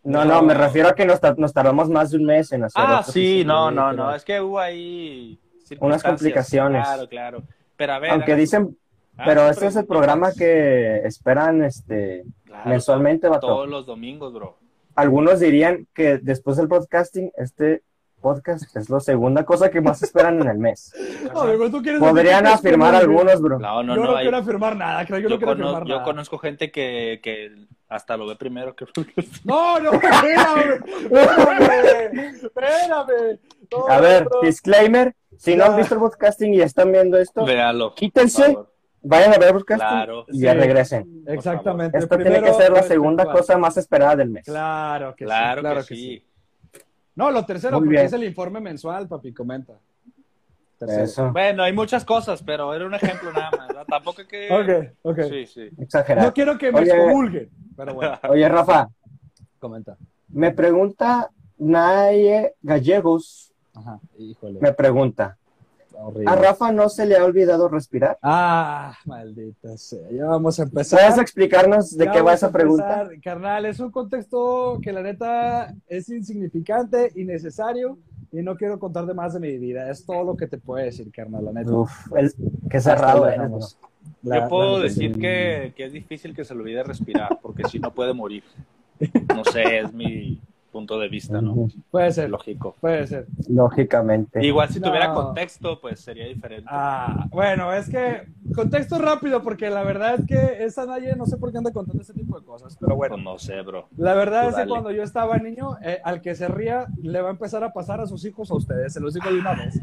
[SPEAKER 1] No, no, me refiero a que nos, ta- nos tardamos más de un mes en hacer
[SPEAKER 2] Ah,
[SPEAKER 1] otro
[SPEAKER 2] sí, no,
[SPEAKER 1] episodio,
[SPEAKER 2] no,
[SPEAKER 1] pero-
[SPEAKER 2] no. Es que hubo ahí
[SPEAKER 1] Unas
[SPEAKER 2] circunstancias.
[SPEAKER 1] complicaciones.
[SPEAKER 2] Claro, claro. Pero a ver.
[SPEAKER 1] Aunque
[SPEAKER 2] hagan-
[SPEAKER 1] dicen,
[SPEAKER 2] hagan
[SPEAKER 1] pero
[SPEAKER 2] sus
[SPEAKER 1] este es el
[SPEAKER 2] preguntas.
[SPEAKER 1] programa que esperan este
[SPEAKER 2] Claro,
[SPEAKER 1] mensualmente, vato.
[SPEAKER 2] Todos los domingos, bro.
[SPEAKER 1] Algunos dirían que después del podcasting, este podcast es la segunda cosa que más esperan en el mes.
[SPEAKER 3] No, amigo, tú quieres
[SPEAKER 1] Podrían
[SPEAKER 3] decir que es
[SPEAKER 1] afirmar
[SPEAKER 3] como-
[SPEAKER 1] algunos, bro.
[SPEAKER 2] No, no,
[SPEAKER 3] yo
[SPEAKER 2] no.
[SPEAKER 3] no
[SPEAKER 2] hay-
[SPEAKER 3] quiero afirmar nada, creo. Yo,
[SPEAKER 2] Yo,
[SPEAKER 3] no quiero
[SPEAKER 2] cono-
[SPEAKER 3] afirmar
[SPEAKER 2] yo
[SPEAKER 3] nada.
[SPEAKER 2] conozco gente que, que hasta lo ve primero que.
[SPEAKER 3] No, no, espérame. Espérame. espérame. No,
[SPEAKER 1] A ver,
[SPEAKER 3] no.
[SPEAKER 1] disclaimer, si no
[SPEAKER 3] Ya.
[SPEAKER 1] han visto el podcasting y están viendo esto,
[SPEAKER 2] Véalo. por
[SPEAKER 1] quítense,
[SPEAKER 2] favor.
[SPEAKER 1] vayan a ver el podcasting
[SPEAKER 2] Claro.
[SPEAKER 1] y ya
[SPEAKER 3] Sí.
[SPEAKER 1] regresen.
[SPEAKER 3] Exactamente.
[SPEAKER 1] Esto tiene que
[SPEAKER 3] Primero,
[SPEAKER 1] ser la
[SPEAKER 3] este,
[SPEAKER 1] segunda
[SPEAKER 3] cuarto.
[SPEAKER 1] cosa más esperada del mes.
[SPEAKER 3] Claro que
[SPEAKER 2] Pues. Claro,
[SPEAKER 3] sí. Claro
[SPEAKER 2] que, sí.
[SPEAKER 3] No, lo tercero,
[SPEAKER 1] Muy
[SPEAKER 3] porque
[SPEAKER 1] bien.
[SPEAKER 3] es el informe mensual, papi, comenta. Tercero.
[SPEAKER 1] Eso,
[SPEAKER 2] Bueno, hay muchas cosas, pero era un ejemplo nada más. ¿verdad? Tampoco que.
[SPEAKER 3] Ok, ok.
[SPEAKER 2] Sí, sí.
[SPEAKER 1] exagerado.
[SPEAKER 3] No quiero que me
[SPEAKER 1] Oye.
[SPEAKER 3] excomulguen, pero bueno,
[SPEAKER 1] Oye, Rafa,
[SPEAKER 4] Comenta.
[SPEAKER 1] me pregunta Naye Gallegos,
[SPEAKER 4] Ajá, híjole.
[SPEAKER 1] me pregunta,
[SPEAKER 4] Horrible.
[SPEAKER 1] ¿a Rafa no se le ha olvidado respirar?
[SPEAKER 4] Ah, maldita sea. Ya vamos a empezar.
[SPEAKER 1] ¿Puedes explicarnos de
[SPEAKER 3] Ya
[SPEAKER 1] qué va
[SPEAKER 3] vamos a
[SPEAKER 1] esa pregunta?
[SPEAKER 3] empezar. Carnal, es un contexto que la neta es insignificante, innecesario, y no quiero contar de más de mi vida. Es todo lo que te puedo decir, carnal, la neta.
[SPEAKER 1] Uf, el- qué
[SPEAKER 4] Hasta
[SPEAKER 1] cerrado. ¿eh?
[SPEAKER 4] ahí
[SPEAKER 1] eres, bro.
[SPEAKER 4] dejamos. La-
[SPEAKER 2] Yo puedo
[SPEAKER 4] la-
[SPEAKER 2] decir que, que es difícil que se le olvide respirar, porque si no puede morir. No sé, es mi punto de vista, ¿no?
[SPEAKER 1] Ujú,
[SPEAKER 3] Puede ser,
[SPEAKER 2] Lógico.
[SPEAKER 3] puede ser.
[SPEAKER 1] Lógicamente.
[SPEAKER 2] Igual si tuviera
[SPEAKER 3] No.
[SPEAKER 2] contexto, pues sería diferente.
[SPEAKER 3] Ah, bueno, es que contexto rápido, porque la verdad es que esa nadie, no sé por qué anda contando ese tipo de cosas, pero bueno.
[SPEAKER 2] Pues no sé, bro.
[SPEAKER 3] La verdad
[SPEAKER 2] Tú
[SPEAKER 3] es que
[SPEAKER 2] dale.
[SPEAKER 3] cuando yo estaba niño, eh, al que se ría le va a empezar a pasar a sus hijos a ustedes, se los digo de una vez.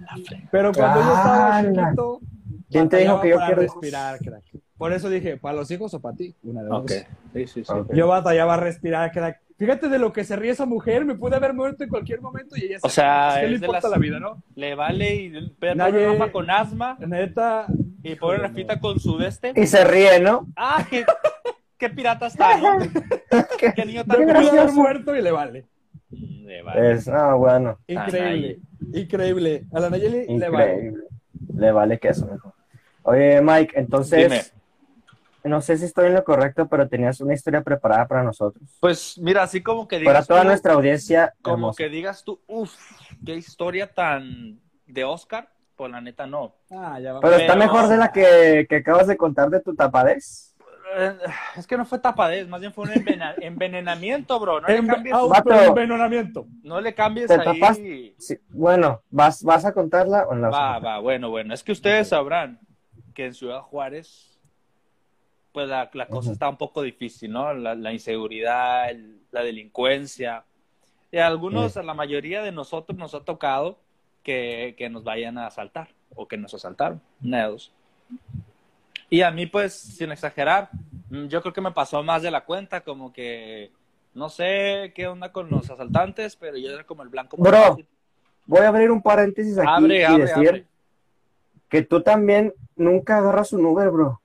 [SPEAKER 3] Pero cuando yo estaba
[SPEAKER 1] ¡Hala!
[SPEAKER 3] chiquito,
[SPEAKER 1] ¿Quién te dijo
[SPEAKER 3] batallaba
[SPEAKER 1] que yo
[SPEAKER 3] para
[SPEAKER 1] quiero
[SPEAKER 3] respirar, crack? Por eso dije, ¿para los hijos o para ti? Una de dos.
[SPEAKER 2] Ok. Sí, sí, sí.
[SPEAKER 1] Ok.
[SPEAKER 3] Yo batallaba a respirar, crack. Fíjate de lo que se ríe esa mujer, me pude haber muerto en cualquier momento y ella
[SPEAKER 2] O sea,
[SPEAKER 3] es que le
[SPEAKER 2] es de
[SPEAKER 3] importa
[SPEAKER 2] las-
[SPEAKER 3] la vida, ¿no?
[SPEAKER 2] Le vale y pero
[SPEAKER 3] Nadie-
[SPEAKER 2] Rafa con asma
[SPEAKER 3] Neta,
[SPEAKER 2] y pobre Rafita con su deste.
[SPEAKER 3] Eh.
[SPEAKER 1] Y se ríe, ¿no?
[SPEAKER 2] ¡Ah, qué, qué pirata está! ¿no? ¡Qué niño
[SPEAKER 3] me
[SPEAKER 2] tan
[SPEAKER 3] pude haber
[SPEAKER 2] curioso!
[SPEAKER 3] muerto y le vale.
[SPEAKER 2] Mm, Le vale.
[SPEAKER 1] Es, ah, bueno,
[SPEAKER 3] Increíble, increíble. A la Nayeli le va.
[SPEAKER 1] increíble. Le vale queso, mejor. Oye, Mike, entonces, no sé si estoy en lo correcto, pero tenías una historia preparada para nosotros.
[SPEAKER 2] Pues mira, así como que digas
[SPEAKER 1] Para toda
[SPEAKER 2] tú,
[SPEAKER 1] nuestra audiencia,
[SPEAKER 2] como
[SPEAKER 1] hermosa.
[SPEAKER 2] que digas tú, uff, qué historia tan de Oscar, pues la neta no.
[SPEAKER 3] Ah, ya vamos.
[SPEAKER 1] Pero está
[SPEAKER 2] Pero-
[SPEAKER 1] mejor de la que, que acabas de contar de tu tapadez.
[SPEAKER 2] Eh, Es que no fue tapadez, más bien fue un envena- envenenamiento, bro. No le
[SPEAKER 3] Enve-
[SPEAKER 2] cambies,
[SPEAKER 3] Autoenvenenamiento.
[SPEAKER 2] no le cambies
[SPEAKER 1] Te
[SPEAKER 2] ahí.
[SPEAKER 1] tapaste. Sí, bueno, ¿vas, ¿vas a contarla o no? la vas a
[SPEAKER 2] Va,
[SPEAKER 1] contar?
[SPEAKER 2] va, bueno, bueno. Es que ustedes sabrán que en Ciudad Juárez, pues la, la cosa
[SPEAKER 1] Ujú.
[SPEAKER 2] está un poco difícil, ¿no? La, la inseguridad, el- la delincuencia. Y a algunos, a la mayoría de nosotros nos ha tocado que, que nos vayan a asaltar o que nos asaltaron, una de dos. Y a mí, pues, sin exagerar, mm, yo creo que me pasó más de la cuenta, como que no sé qué onda con los asaltantes, pero yo era como el blanco. más
[SPEAKER 1] Bro,
[SPEAKER 2] fácil.
[SPEAKER 1] Voy a abrir un paréntesis aquí
[SPEAKER 2] abre,
[SPEAKER 1] y
[SPEAKER 2] abre,
[SPEAKER 1] decir
[SPEAKER 2] abre.
[SPEAKER 1] que tú también nunca agarras un Uber, bro.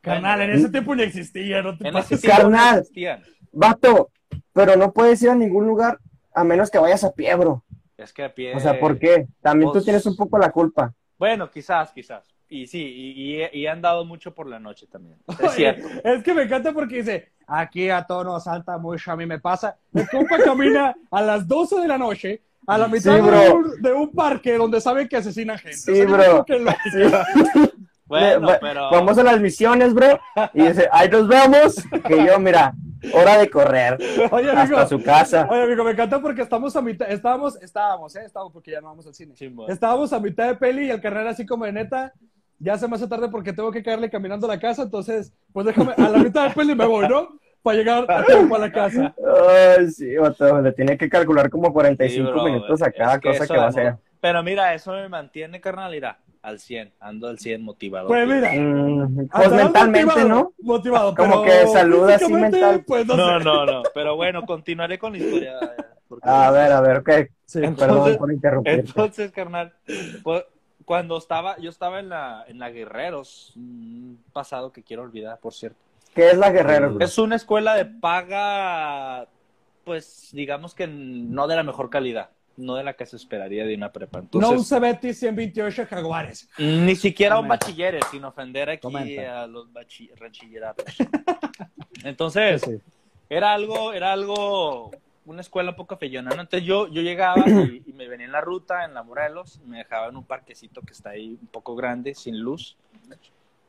[SPEAKER 3] Carnal, en ese tiempo ni existía, no te
[SPEAKER 2] En ese
[SPEAKER 3] pases.
[SPEAKER 2] tiempo no
[SPEAKER 1] Carnal.
[SPEAKER 2] existían.
[SPEAKER 1] Vato, pero no puedes ir a ningún lugar a menos que vayas a pie, bro.
[SPEAKER 2] Es que a pie.
[SPEAKER 1] O sea, ¿por qué? También tú
[SPEAKER 2] pues-
[SPEAKER 1] tienes un poco la culpa.
[SPEAKER 2] Bueno, quizás, quizás. Y sí, y, y, y he andado mucho por la noche también. Es cierto.
[SPEAKER 3] Es que me encanta porque dice, aquí a todos nos salta mucho, a mí me pasa. El compa camina a las 12 de la noche a la mitad
[SPEAKER 1] Sí,
[SPEAKER 3] de,
[SPEAKER 1] bro.
[SPEAKER 3] un, de un parque donde sabe que asesina gente.
[SPEAKER 1] Sí,
[SPEAKER 3] O sea, yo
[SPEAKER 1] bro.
[SPEAKER 3] creo que lo-
[SPEAKER 2] Bueno,
[SPEAKER 1] Ve- va-
[SPEAKER 2] pero.
[SPEAKER 1] Vamos a las misiones, bro. Y dice, ahí nos vemos. Que yo, mira, hora de correr
[SPEAKER 3] Oye,
[SPEAKER 1] hasta
[SPEAKER 3] amigo,
[SPEAKER 1] su casa.
[SPEAKER 3] oye, amigo, me encanta porque estamos a mitad, estábamos, estábamos, ¿eh? Estábamos porque ya no vamos al cine.
[SPEAKER 2] Simón.
[SPEAKER 3] Estábamos a mitad de peli y el carnal así como de neta, ya se me hace tarde porque tengo que caerle caminando a la casa, entonces, pues déjame, a la mitad de peli me voy, ¿no? Para llegar a tiempo a la casa.
[SPEAKER 1] Ay, sí, vato, le tiene que calcular como 45
[SPEAKER 2] Sí, bro,
[SPEAKER 1] minutos a
[SPEAKER 2] es
[SPEAKER 1] cada
[SPEAKER 2] que
[SPEAKER 1] cosa
[SPEAKER 2] eso
[SPEAKER 1] que va a
[SPEAKER 2] de
[SPEAKER 1] hacer.
[SPEAKER 2] modo- Pero mira, eso me mantiene, carnalidad, al 100. Ando al 100 motivado.
[SPEAKER 3] Pues mira,
[SPEAKER 2] Ah,
[SPEAKER 1] Mm, pues
[SPEAKER 3] Hasta ahora
[SPEAKER 1] mentalmente,
[SPEAKER 3] motivado,
[SPEAKER 1] ¿no?
[SPEAKER 3] Motivado,
[SPEAKER 1] Como
[SPEAKER 3] pero
[SPEAKER 1] que saluda así
[SPEAKER 3] físicamente,
[SPEAKER 1] mental.
[SPEAKER 3] Pues no,
[SPEAKER 2] No,
[SPEAKER 3] sé.
[SPEAKER 2] no, no. Pero bueno, continuaré con la historia. eh, porque-
[SPEAKER 1] A ver, a ver, ok.
[SPEAKER 4] Sí,
[SPEAKER 1] Perdón por interrumpir.
[SPEAKER 2] Entonces, carnal, pues, cuando estaba, yo estaba en la, en la Guerreros, un pasado que quiero olvidar, por cierto.
[SPEAKER 1] ¿Qué es la guerrera? bro?
[SPEAKER 2] Es una escuela de paga, pues digamos que no de la mejor calidad, no de la que se esperaría de una prepa.
[SPEAKER 3] No un
[SPEAKER 2] Entonces,
[SPEAKER 3] Cebetis 128 Jaguares.
[SPEAKER 2] ni siquiera un
[SPEAKER 4] Comenta.
[SPEAKER 2] bachiller, sin ofender aquí
[SPEAKER 4] Comenta.
[SPEAKER 2] a los bachi- bachilleratos. Entonces,
[SPEAKER 4] sí.
[SPEAKER 2] era algo, era algo, una escuela un poco fellona. ¿no? Entonces yo, yo llegaba y, y me venía en la ruta, en la Morelos, me dejaba en un parquecito que está ahí un poco grande, sin luz.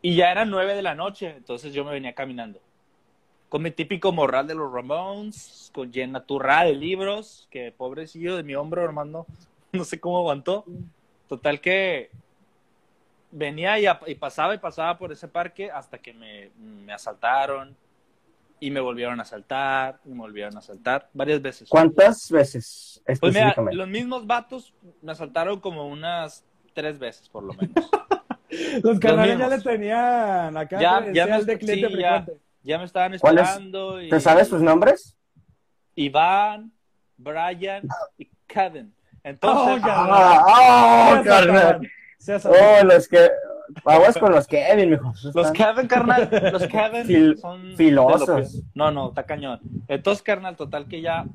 [SPEAKER 2] Y ya eran nueve de la noche, entonces yo me venía caminando. Con mi típico morral de los Ramones, con llena turra de libros, que pobrecillo de mi hombro, hermano, no sé cómo aguantó. Total que venía y, a- y pasaba y pasaba por ese parque hasta que me, me asaltaron y me volvieron a asaltar y me volvieron a asaltar varias veces.
[SPEAKER 1] ¿Cuántas veces
[SPEAKER 2] Pues mira,
[SPEAKER 1] específicamente?
[SPEAKER 2] los mismos vatos me asaltaron como unas tres veces por lo menos.
[SPEAKER 3] Los canales ya
[SPEAKER 2] mismos.
[SPEAKER 3] le tenían acá
[SPEAKER 2] Ya-
[SPEAKER 3] credencial
[SPEAKER 2] ya me-
[SPEAKER 3] de cliente
[SPEAKER 2] sí, ya.
[SPEAKER 3] frecuente.
[SPEAKER 2] Ya me estaban
[SPEAKER 1] ¿Cuál es?
[SPEAKER 2] esperando. Y...
[SPEAKER 1] ¿Te sabes sus nombres?
[SPEAKER 2] Iván, Brian y Caden.
[SPEAKER 3] Oh,
[SPEAKER 2] Entonces,
[SPEAKER 3] carnal.
[SPEAKER 1] Ah, oh,
[SPEAKER 3] Se asaltaban,
[SPEAKER 1] carnal.
[SPEAKER 3] se asaltaban.
[SPEAKER 1] Oh, los que. Aguas con los Kevin, mijo. Esos
[SPEAKER 2] los
[SPEAKER 1] están
[SPEAKER 2] Caden, carnal, los Caden
[SPEAKER 1] Fil-
[SPEAKER 2] son... de lo peor.
[SPEAKER 1] Filosos.
[SPEAKER 2] No, no, está cañón. Entonces, carnal, total que ya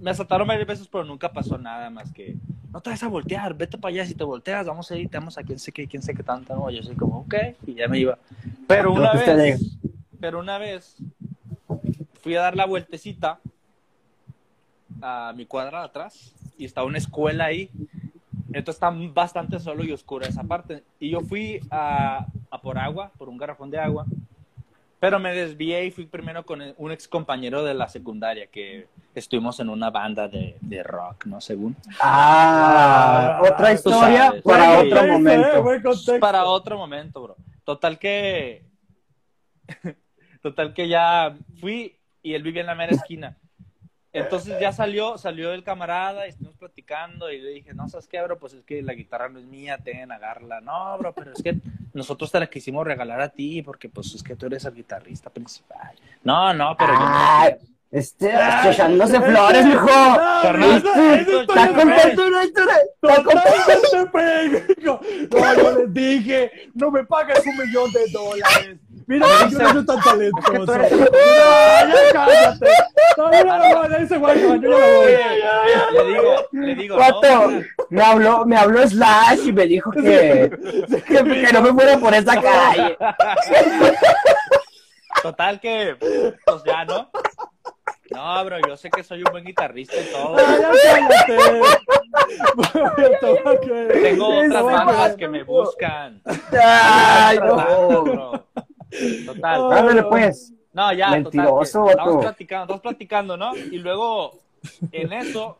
[SPEAKER 2] me asaltaron varias veces, pero nunca pasó nada más que no te vas a voltear, vete para allá, si te volteas, vamos a ir, te vamos a quién sé qué, quién sé qué tanta, no, yo soy como, ok, y ya me iba. Pero
[SPEAKER 1] Lo
[SPEAKER 2] una
[SPEAKER 1] que usted
[SPEAKER 2] vez, pero una vez fui a dar la vueltecita a mi cuadra de atrás y está una escuela ahí. Entonces está bastante solo y oscura esa parte. Y yo fui a, a por agua, por un garrafón de agua, pero me desvié y fui primero con un ex compañero de la secundaria que estuvimos en una banda de, de rock, ¿no? Según.
[SPEAKER 1] Ah,
[SPEAKER 3] Ah,
[SPEAKER 1] otra
[SPEAKER 3] tú
[SPEAKER 1] historia
[SPEAKER 2] sabes.
[SPEAKER 1] para
[SPEAKER 2] Sí,
[SPEAKER 1] otro
[SPEAKER 3] Contexto, eh,
[SPEAKER 1] momento.
[SPEAKER 3] buen contexto.
[SPEAKER 2] Para otro momento, bro. Total que. Total que ya fui y él vivía en la mera esquina. Entonces ya salió, salió el camarada y estuvimos platicando y le dije, no, ¿sabes qué, bro? Pues es que la guitarra no es mía, ten, agarla. No, bro, pero es que nosotros te la quisimos regalar a ti porque pues es que tú eres el guitarrista principal. No, no, pero yo no la
[SPEAKER 1] Ah,
[SPEAKER 2] quiero".
[SPEAKER 1] este, echándose flores, mijo.
[SPEAKER 3] Ah,
[SPEAKER 2] Carnal,
[SPEAKER 3] esa- esa
[SPEAKER 2] tú-
[SPEAKER 3] historia
[SPEAKER 1] Está
[SPEAKER 2] Oye,
[SPEAKER 1] contento, no, Héctor, está contento.
[SPEAKER 3] Totalmente pendejo. No, yo les dije, no me pagues un millón de dólares. Mira, yo no soy tan talentoso.
[SPEAKER 1] eres-
[SPEAKER 3] No, ya cállate. No, yo no lo voy, ahí se guarda, yo no lo voy.
[SPEAKER 2] Le digo, le digo, no,
[SPEAKER 1] Vato, me habló, me habló Slash y me dijo que, que, que no me fuera por esa calle.
[SPEAKER 2] Total que, pues ya, ¿no? No, bro, yo sé que soy un buen guitarrista y todo.
[SPEAKER 3] No, ya cállate. Bueno, te voy a creer.
[SPEAKER 2] Tengo
[SPEAKER 1] Sí,
[SPEAKER 2] otras
[SPEAKER 1] no,
[SPEAKER 2] bandas
[SPEAKER 1] no.
[SPEAKER 2] que me buscan.
[SPEAKER 1] Ay,
[SPEAKER 2] Otras bandas,
[SPEAKER 1] no.
[SPEAKER 2] bro. Total.
[SPEAKER 1] Ándale, pues.
[SPEAKER 2] No, ya,
[SPEAKER 1] Mentiroso,
[SPEAKER 2] total. que Estamos
[SPEAKER 1] vato.
[SPEAKER 2] platicando, estamos platicando, ¿no? Y luego, en eso,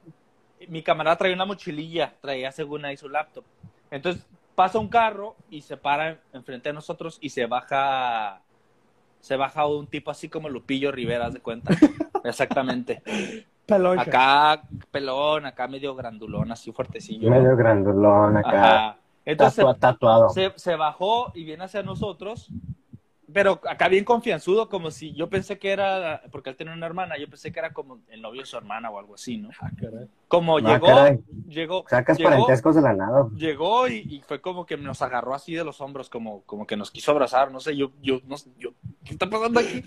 [SPEAKER 2] mi camarada traía una mochililla, traía según ahí su laptop. Entonces, pasa un carro y se para en- enfrente de nosotros y se baja, se baja un tipo así como Lupillo Rivera, haz de cuenta. Exactamente.
[SPEAKER 3] Peloncha.
[SPEAKER 2] Acá, pelón, acá medio grandulón, así fuertecillo.
[SPEAKER 1] Medio grandulón acá.
[SPEAKER 2] Ajá. Entonces,
[SPEAKER 1] Tatua- tatuado.
[SPEAKER 2] se, se bajó y viene hacia nosotros, pero acá bien confianzudo, como si yo pensé que era, porque él tenía una hermana, yo pensé que era como el novio de su hermana o algo así, ¿no? Como
[SPEAKER 1] Ah,
[SPEAKER 2] llegó,
[SPEAKER 1] caray.
[SPEAKER 2] llegó,
[SPEAKER 1] Sacas
[SPEAKER 2] llegó,
[SPEAKER 1] parentescos de la nada.
[SPEAKER 2] llegó y, y fue como que nos agarró así de los hombros, como, como que nos quiso abrazar, no sé, yo, yo, no sé, yo, ¿qué está pasando aquí?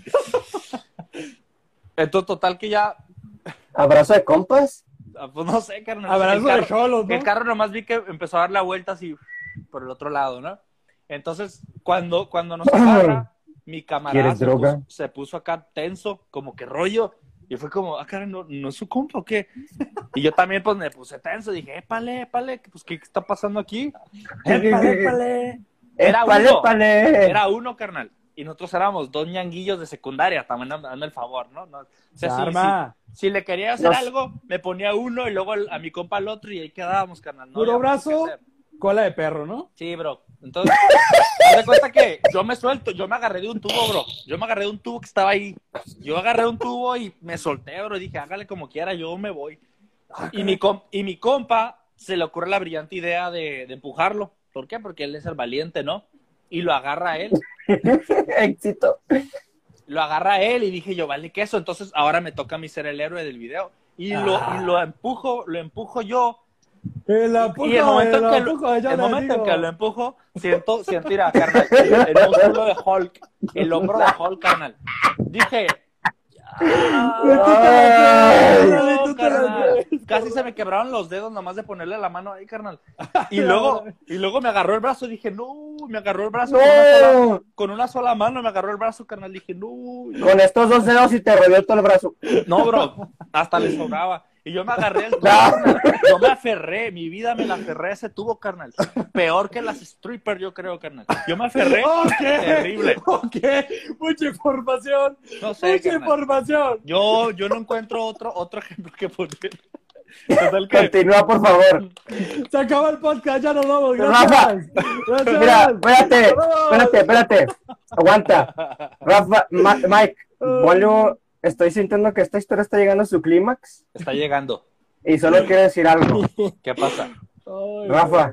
[SPEAKER 2] Entonces, total que ya,
[SPEAKER 1] ¿Abrazo de compas?
[SPEAKER 2] ah, pues no sé, carnal. el
[SPEAKER 3] Abrazo
[SPEAKER 2] carro-
[SPEAKER 3] de cholos, ¿no?
[SPEAKER 2] el carro nomás vi que empezó a dar la vuelta así por el otro lado, ¿no? Entonces, cuando, cuando nos agarra, mi camarada
[SPEAKER 1] ¿Quieres
[SPEAKER 2] se
[SPEAKER 1] droga?
[SPEAKER 2] puso, se puso acá tenso, como que rollo. Y fue como, ah, caray, ¿no, no es su compa o qué? Y yo también, pues, me puse tenso. Dije, épale, épale, pues, ¿qué está pasando aquí? Épale, épale. Era
[SPEAKER 1] ¡Épale,
[SPEAKER 2] uno.
[SPEAKER 1] épale!
[SPEAKER 3] Eh.
[SPEAKER 2] Era uno, carnal. Y nosotros éramos dos ñanguillos de secundaria, también dando el favor, ¿no? No, o sea,
[SPEAKER 3] Se
[SPEAKER 2] sí, sí,
[SPEAKER 3] arma.
[SPEAKER 2] si le quería hacer
[SPEAKER 1] Los-
[SPEAKER 2] algo, me ponía uno y luego al- a mi compa al otro y ahí quedábamos, carnal.
[SPEAKER 3] Puro
[SPEAKER 2] había mucho que
[SPEAKER 3] brazo.
[SPEAKER 2] hacer.
[SPEAKER 3] Cola de perro, ¿no?
[SPEAKER 2] Sí, bro. Entonces, haz de cuenta que yo me suelto, yo me agarré de un tubo, bro. Yo me agarré de un tubo que estaba ahí. Yo agarré un tubo y me solté, bro. Dije, hágale como quiera, yo me voy. Y mi, com- y mi compa se le ocurre la brillante idea de, de empujarlo. ¿Por qué? Porque él es el valiente, ¿no? Y lo agarra a él.
[SPEAKER 1] Éxito.
[SPEAKER 2] lo agarra a él y dije yo, vale queso, entonces ahora me toca a mí ser el héroe del video. Y lo, y lo empujo, lo empujo yo.
[SPEAKER 3] El
[SPEAKER 2] y el momento, en que, lo,
[SPEAKER 3] apujo, yo
[SPEAKER 2] el
[SPEAKER 3] Ah, le
[SPEAKER 2] momento en
[SPEAKER 3] digo.
[SPEAKER 2] que lo empujo, siento, siento ir a carnal, el músculo de Hulk, el hombro de Hulk, carnal. Dije,
[SPEAKER 1] Ay.
[SPEAKER 3] Ay,
[SPEAKER 2] "No,
[SPEAKER 3] tú te la
[SPEAKER 2] carnal".
[SPEAKER 3] crees.
[SPEAKER 2] casi se me quebraron los dedos nomás de ponerle la mano ahí, carnal. Y luego, y luego me agarró el brazo, dije, no, me agarró el brazo con, una sola,
[SPEAKER 1] ¡No!
[SPEAKER 2] con una sola mano, me agarró el brazo, carnal, dije, no,
[SPEAKER 1] Con estos dos dedos y te reviento el brazo.
[SPEAKER 2] No, bro, hasta le sobraba. Y yo me agarré el tubo,
[SPEAKER 1] No.
[SPEAKER 2] carnal. yo me aferré, mi vida me la aferré a ese tubo, carnal. Peor que las strippers, yo creo, carnal. Yo me aferré, terrible.
[SPEAKER 3] Ok, mucha información,
[SPEAKER 2] No sé,
[SPEAKER 3] mucha
[SPEAKER 2] carnal.
[SPEAKER 3] información.
[SPEAKER 2] Yo, yo no encuentro otro, otro ejemplo que poner. Total que-
[SPEAKER 1] Continúa, por favor.
[SPEAKER 3] Se acaba el podcast, ya nos vamos, gracias.
[SPEAKER 1] Rafa.
[SPEAKER 3] Gracias.
[SPEAKER 1] Mira, espérate,
[SPEAKER 3] Vámonos.
[SPEAKER 1] espérate, espérate. Aguanta. Rafa, Ma- Mike, vuelvo. Estoy sintiendo que esta historia está llegando a su clímax
[SPEAKER 2] Está llegando.
[SPEAKER 1] y solo quiero decir algo.
[SPEAKER 2] ¿Qué pasa?
[SPEAKER 3] Ay,
[SPEAKER 1] Rafa,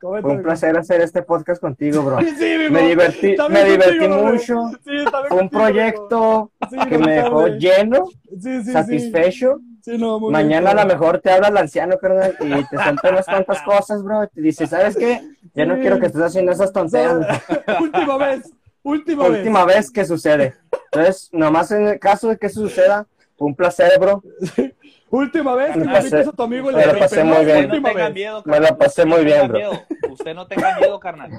[SPEAKER 3] comenta.
[SPEAKER 1] fue un placer hacer este podcast contigo, bro.
[SPEAKER 3] Sí, sí,
[SPEAKER 1] Me
[SPEAKER 3] mi bro.
[SPEAKER 1] divertí,
[SPEAKER 3] Está
[SPEAKER 1] me
[SPEAKER 3] bien contigo,
[SPEAKER 1] divertí
[SPEAKER 3] bro.
[SPEAKER 1] mucho.
[SPEAKER 3] Sí, está bien
[SPEAKER 1] Fue un
[SPEAKER 3] contigo, bro.
[SPEAKER 1] proyecto
[SPEAKER 3] Sí,
[SPEAKER 1] que
[SPEAKER 3] no,
[SPEAKER 1] me dejó
[SPEAKER 3] tarde.
[SPEAKER 1] lleno,
[SPEAKER 3] Sí, sí, sí.
[SPEAKER 1] satisfecho.
[SPEAKER 3] Sí, no, muy
[SPEAKER 1] Mañana a lo
[SPEAKER 3] bien, bro.
[SPEAKER 1] mejor te habla el anciano, carnal, y te suelta unas cuantas cosas, bro. Y te dice, ¿sabes qué? Ya no
[SPEAKER 3] Sí.
[SPEAKER 1] quiero que estés haciendo esas tonterías.
[SPEAKER 3] última vez, última, vez.
[SPEAKER 1] Última vez que sucede. Entonces, nomás en el caso de que eso suceda, fue un placer, bro.
[SPEAKER 3] Última vez que te
[SPEAKER 1] Me la
[SPEAKER 3] invitas
[SPEAKER 1] sé.
[SPEAKER 3] a tu amigo el
[SPEAKER 1] Me la
[SPEAKER 3] Pepe,
[SPEAKER 1] pasé
[SPEAKER 3] ¿no?
[SPEAKER 1] muy bien.
[SPEAKER 2] Usted no
[SPEAKER 3] Última
[SPEAKER 2] tenga
[SPEAKER 3] vez.
[SPEAKER 2] miedo,
[SPEAKER 1] Me
[SPEAKER 2] carnal.
[SPEAKER 1] la pasé muy
[SPEAKER 2] Usted no
[SPEAKER 1] bien,
[SPEAKER 2] tenga
[SPEAKER 1] bro.
[SPEAKER 2] miedo. Usted no tenga miedo, carnal.
[SPEAKER 3] No,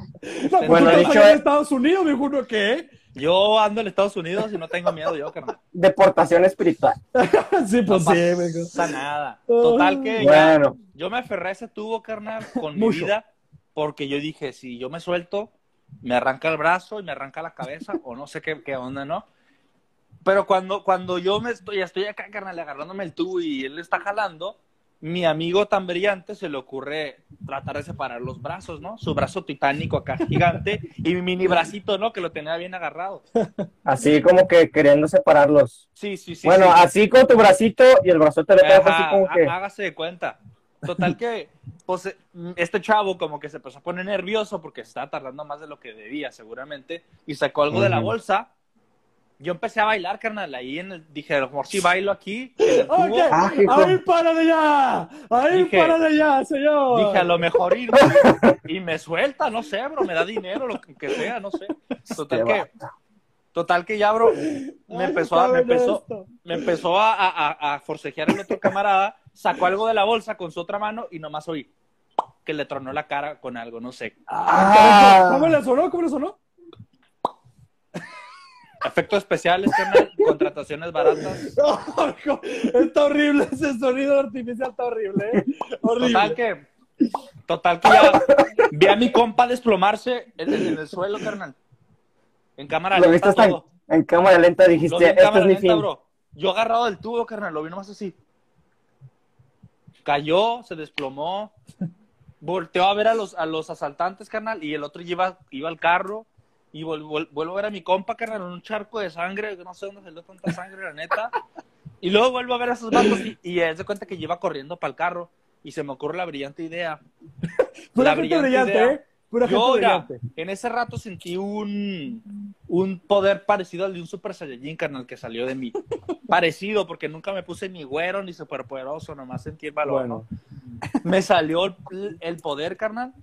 [SPEAKER 3] pues,
[SPEAKER 1] Bueno,
[SPEAKER 3] tú estás
[SPEAKER 1] dicho e-
[SPEAKER 3] allá en
[SPEAKER 1] es-
[SPEAKER 3] Estados Unidos, dijo uno que. ¿eh?
[SPEAKER 2] Yo ando en Estados Unidos y no tengo miedo yo, carnal.
[SPEAKER 1] Deportación espiritual.
[SPEAKER 3] Sí, pues sí,
[SPEAKER 2] pasa
[SPEAKER 3] mijo.
[SPEAKER 2] nada. Total que ya-
[SPEAKER 1] Bueno,
[SPEAKER 2] Yo me aferré a ese tubo, carnal, con mi
[SPEAKER 3] Mucho.
[SPEAKER 2] vida, porque yo dije, si yo me suelto, me arranca el brazo y me arranca la cabeza, o no sé qué, qué onda, ¿no? Pero cuando, cuando yo me estoy, estoy acá, carnal, agarrándome el tubo y él está jalando, mi amigo tan brillante se le ocurre tratar de separar los brazos, ¿no? Su brazo titánico acá gigante y mi mini bracito, ¿no? Que lo tenía bien agarrado.
[SPEAKER 1] así como que queriendo separarlos.
[SPEAKER 2] Sí, sí, sí.
[SPEAKER 1] bueno,
[SPEAKER 2] sí.
[SPEAKER 1] así con tu bracito y el brazote lo traes así
[SPEAKER 2] Ajá,
[SPEAKER 1] como
[SPEAKER 2] há-
[SPEAKER 1] que.
[SPEAKER 2] Hágase de cuenta. Total que, pues, eh, este chavo como que se empezó a poner nervioso porque se estaba tardando más de lo que debía, seguramente, y sacó algo de la
[SPEAKER 1] Ujú.
[SPEAKER 2] bolsa Yo empecé a bailar, carnal, ahí en el, dije, a lo mejor si bailo aquí, en el tubo,
[SPEAKER 3] Ok,
[SPEAKER 1] Ah, hijo.
[SPEAKER 3] ahí para de ya, ahí
[SPEAKER 2] Dije-
[SPEAKER 3] para de ya, señor.
[SPEAKER 2] dije, a lo mejor irme y me suelta, no sé, bro, me da dinero, lo que, que sea, no sé. Total
[SPEAKER 1] Qué
[SPEAKER 2] que, total que ya, bro, me
[SPEAKER 3] Ay,
[SPEAKER 2] empezó, a,
[SPEAKER 3] está
[SPEAKER 2] me
[SPEAKER 3] bueno
[SPEAKER 2] empezó,
[SPEAKER 3] esto.
[SPEAKER 2] me empezó a, a- a- a forcejear el otro camarada, sacó algo de la bolsa con su otra mano y nomás oí que le tronó la cara con algo, no sé.
[SPEAKER 1] Ah.
[SPEAKER 3] ¿Cómo le sonó? ¿Cómo le sonó?
[SPEAKER 2] Efectos especiales, carnal, contrataciones baratas.
[SPEAKER 3] No, está horrible ese sonido artificial, está horrible, ¿eh? Horrible.
[SPEAKER 2] Total que, total que ya vi a mi compa desplomarse en, en- en el suelo, carnal. En cámara
[SPEAKER 1] Lo viste
[SPEAKER 2] lenta
[SPEAKER 1] hasta en,
[SPEAKER 2] todo.
[SPEAKER 1] en cámara lenta,
[SPEAKER 2] Lo vi
[SPEAKER 1] dijiste,
[SPEAKER 2] en
[SPEAKER 1] este es
[SPEAKER 2] cámara
[SPEAKER 1] mi
[SPEAKER 2] lenta,
[SPEAKER 1] fin.
[SPEAKER 2] bro. Yo agarrado del tubo, carnal, lo vi nomás así. Cayó, se desplomó, volteó a ver a los, a los asaltantes, carnal, y el otro iba, iba al carro. Y vol- vol- vuelvo a ver a mi compa, carnal, en un charco de sangre, no sé dónde salió tanta sangre, la neta. Y luego vuelvo a ver a esos vatos y, y él se cuenta que lleva corriendo para el carro. Y se me ocurre la brillante idea.
[SPEAKER 3] Pura
[SPEAKER 2] la
[SPEAKER 3] gente
[SPEAKER 2] brillante
[SPEAKER 3] brillante,
[SPEAKER 2] idea.
[SPEAKER 3] ¿eh? Pura gente
[SPEAKER 2] Yo, mira,
[SPEAKER 3] brillante.
[SPEAKER 2] en ese rato sentí un, un poder parecido al de un Super Saiyajin, carnal, que salió de mí. parecido, porque nunca me puse ni güero ni superpoderoso, nomás sentí el valor,
[SPEAKER 3] Bueno.
[SPEAKER 2] ¿no? Me salió el, el poder, carnal.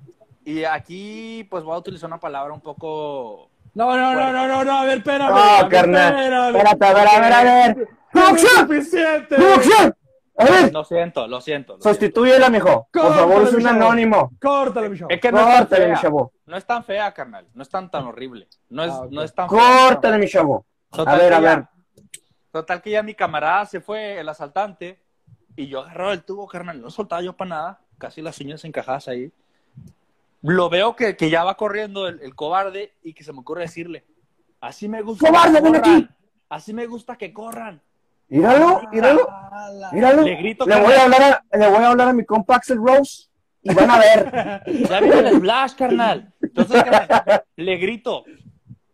[SPEAKER 2] Y aquí, pues, voy a utilizar una palabra un poco...
[SPEAKER 3] No, no, no, no, no, no, a ver, espérame.
[SPEAKER 1] No,
[SPEAKER 3] a ver,
[SPEAKER 1] carnal.
[SPEAKER 3] espérame.
[SPEAKER 1] Espérate, a ver, a ver, a ver.
[SPEAKER 3] No es
[SPEAKER 1] ¡Producción!
[SPEAKER 3] suficiente.
[SPEAKER 1] ¡Producción! A ver,
[SPEAKER 2] Lo siento, lo siento. lo siento.
[SPEAKER 1] sostitúyela, mijo. Por
[SPEAKER 3] Córtale,
[SPEAKER 1] favor, es
[SPEAKER 3] mi
[SPEAKER 1] un
[SPEAKER 3] chavo.
[SPEAKER 1] anónimo.
[SPEAKER 3] Córtale, mi chavo.
[SPEAKER 2] Es que no es tan
[SPEAKER 1] Córtale, mi
[SPEAKER 2] fea.
[SPEAKER 1] chavo.
[SPEAKER 2] No es tan fea, carnal. No es tan tan horrible. No es,
[SPEAKER 4] Ah, ok.
[SPEAKER 2] no es tan fea.
[SPEAKER 1] Córtale, mi chavo.
[SPEAKER 2] Total
[SPEAKER 1] A ver,
[SPEAKER 2] que
[SPEAKER 1] a
[SPEAKER 2] ya-
[SPEAKER 1] ver.
[SPEAKER 2] Total que ya mi camarada se fue, el asaltante, y yo agarraba el tubo, carnal, no soltaba yo para nada, casi las uñas encajadas ahí. Lo veo que, que ya va corriendo el, el cobarde y que se me ocurre decirle, así me gusta
[SPEAKER 1] ¡Cobarde,
[SPEAKER 2] que
[SPEAKER 1] ven
[SPEAKER 2] corran,
[SPEAKER 1] aquí!
[SPEAKER 2] así me gusta que corran.
[SPEAKER 1] Míralo, míralo, míralo.
[SPEAKER 2] Le grito,
[SPEAKER 1] Le voy a hablar a, le voy a hablar a mi compa Axel Rose y van a ver.
[SPEAKER 2] Ya viene el splash, carnal. Entonces, carnal, le grito,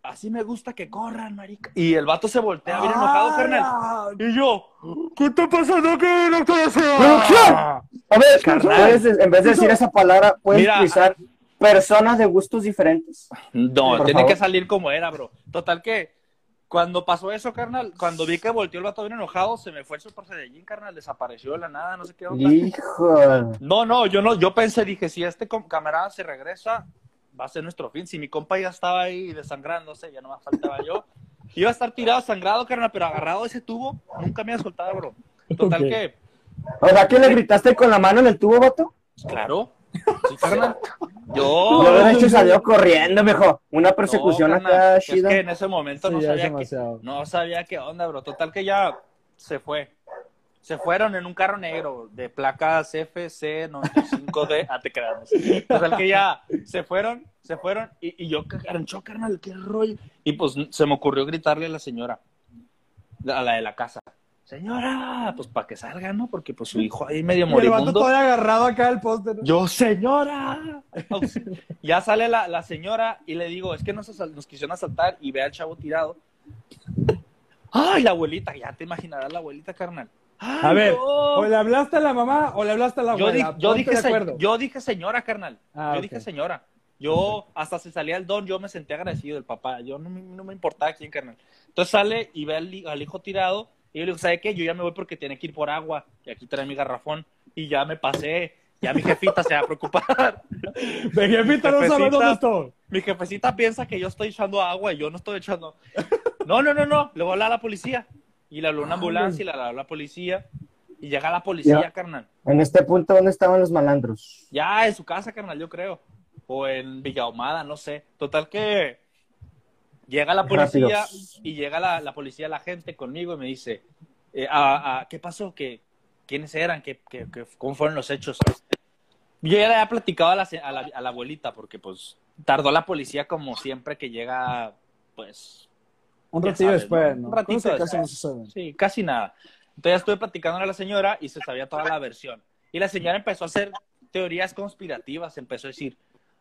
[SPEAKER 2] así me gusta que corran, marica. Y el vato se voltea bien
[SPEAKER 1] Ah,
[SPEAKER 2] enojado, carnal. Y yo, ¿qué está pasando aquí, doctor?
[SPEAKER 1] ¡Producción! A ver, puedes, en vez de decir esa palabra, puedes
[SPEAKER 2] Mira.
[SPEAKER 1] utilizar personas de gustos diferentes.
[SPEAKER 2] No,
[SPEAKER 1] Por
[SPEAKER 2] tiene
[SPEAKER 1] favor.
[SPEAKER 2] que salir como era, bro. Total que cuando pasó eso, carnal, cuando vi que volteó el vato bien enojado, se me fue el Super Saiyajin, carnal, desapareció de la nada, no sé qué onda.
[SPEAKER 1] Hijo.
[SPEAKER 2] No, no, yo no, yo pensé, dije, si este com- camarada se regresa, va a ser nuestro fin. Si mi compa ya estaba ahí desangrándose, ya no más faltaba yo. Iba a estar tirado sangrado, carnal, pero agarrado de ese tubo, nunca me había soltado, bro. Total
[SPEAKER 3] Ok.
[SPEAKER 2] que,
[SPEAKER 1] O sea, que le gritaste con la mano en el tubo, vato?
[SPEAKER 2] pues, claro. Sí, carnal.
[SPEAKER 1] Yo
[SPEAKER 2] Yo.
[SPEAKER 1] de hecho salió corriendo, mijo. Una persecución
[SPEAKER 2] No, carnal,
[SPEAKER 1] acá,
[SPEAKER 2] Es
[SPEAKER 1] chida.
[SPEAKER 2] que en ese momento
[SPEAKER 4] Sí,
[SPEAKER 2] no
[SPEAKER 4] ya es
[SPEAKER 2] sabía que,
[SPEAKER 4] demasiado.
[SPEAKER 2] No sabía qué onda, bro. Total que ya se fue. Se fueron en un carro negro de placas FC95D. Ah, te creas. Total que ya se fueron, se fueron. Y, y yo, carancho, carnal, qué rollo. Y pues se me ocurrió gritarle a la señora, a la de la casa. Señora, pues para que salga, ¿no? Porque pues su hijo ahí medio
[SPEAKER 3] Y el vato
[SPEAKER 2] moribundo.
[SPEAKER 3] todavía agarrado acá el póster. ¿no?
[SPEAKER 2] Yo, señora. ya sale la, la señora y le digo, es que nos, asal- nos quisieron asaltar y ve al chavo tirado. Ay, la abuelita, ya te imaginarás la abuelita, carnal. Ay,
[SPEAKER 3] A ver,
[SPEAKER 2] no.
[SPEAKER 3] o le hablaste a la mamá o le hablaste a la
[SPEAKER 2] yo, di-
[SPEAKER 3] abuela.
[SPEAKER 2] yo
[SPEAKER 3] Ponte
[SPEAKER 2] dije,
[SPEAKER 3] de
[SPEAKER 2] se-
[SPEAKER 3] acuerdo.
[SPEAKER 2] yo dije señora, carnal.
[SPEAKER 3] Ah,
[SPEAKER 2] yo
[SPEAKER 3] ok.
[SPEAKER 2] dije señora. Yo, hasta se salía el don, yo me senté agradecido del papá. Yo no, me- no me importaba quién, carnal. Entonces sale y ve al, hi- al hijo tirado. Y yo le digo, ¿sabe qué? Yo ya me voy porque tiene que ir por agua. Y aquí trae mi garrafón. Y ya me pasé. Ya mi jefita se va a preocupar.
[SPEAKER 3] De jefita no sabe
[SPEAKER 2] Jefecita.
[SPEAKER 3] dónde estoy.
[SPEAKER 2] Mi jefecita piensa que yo estoy echando agua y yo no estoy echando. No, no, no, no. Le voy a hablar a la policía. Y le habló una ambulancia y le habló a la policía. Y llega la policía,
[SPEAKER 1] Ya.
[SPEAKER 2] carnal.
[SPEAKER 1] En este punto, ¿dónde estaban los malandros?
[SPEAKER 2] Ya en su casa, carnal, yo creo. O en Villahumada, no sé. Total que llega la policía
[SPEAKER 1] Rápidos.
[SPEAKER 2] y llega la, la policía, la gente conmigo y me dice, eh, ah, ah, ¿qué pasó? ¿Qué, ¿Quiénes eran? ¿Qué, qué, qué- cómo fueron los hechos? Yo ya le había platicado a la, se- a la- a la abuelita porque pues tardó la policía como siempre que llega, pues
[SPEAKER 4] Un
[SPEAKER 2] Ya
[SPEAKER 4] ratito
[SPEAKER 2] sabes,
[SPEAKER 4] después,
[SPEAKER 2] ¿no?
[SPEAKER 4] ¿no?
[SPEAKER 2] Un ratito
[SPEAKER 4] Cosas que casi
[SPEAKER 2] después.
[SPEAKER 4] no suceden.
[SPEAKER 2] sí, casi nada. Entonces estuve platicando a la señora y se sabía toda la versión. Y la señora empezó a hacer teorías conspirativas, empezó a decir,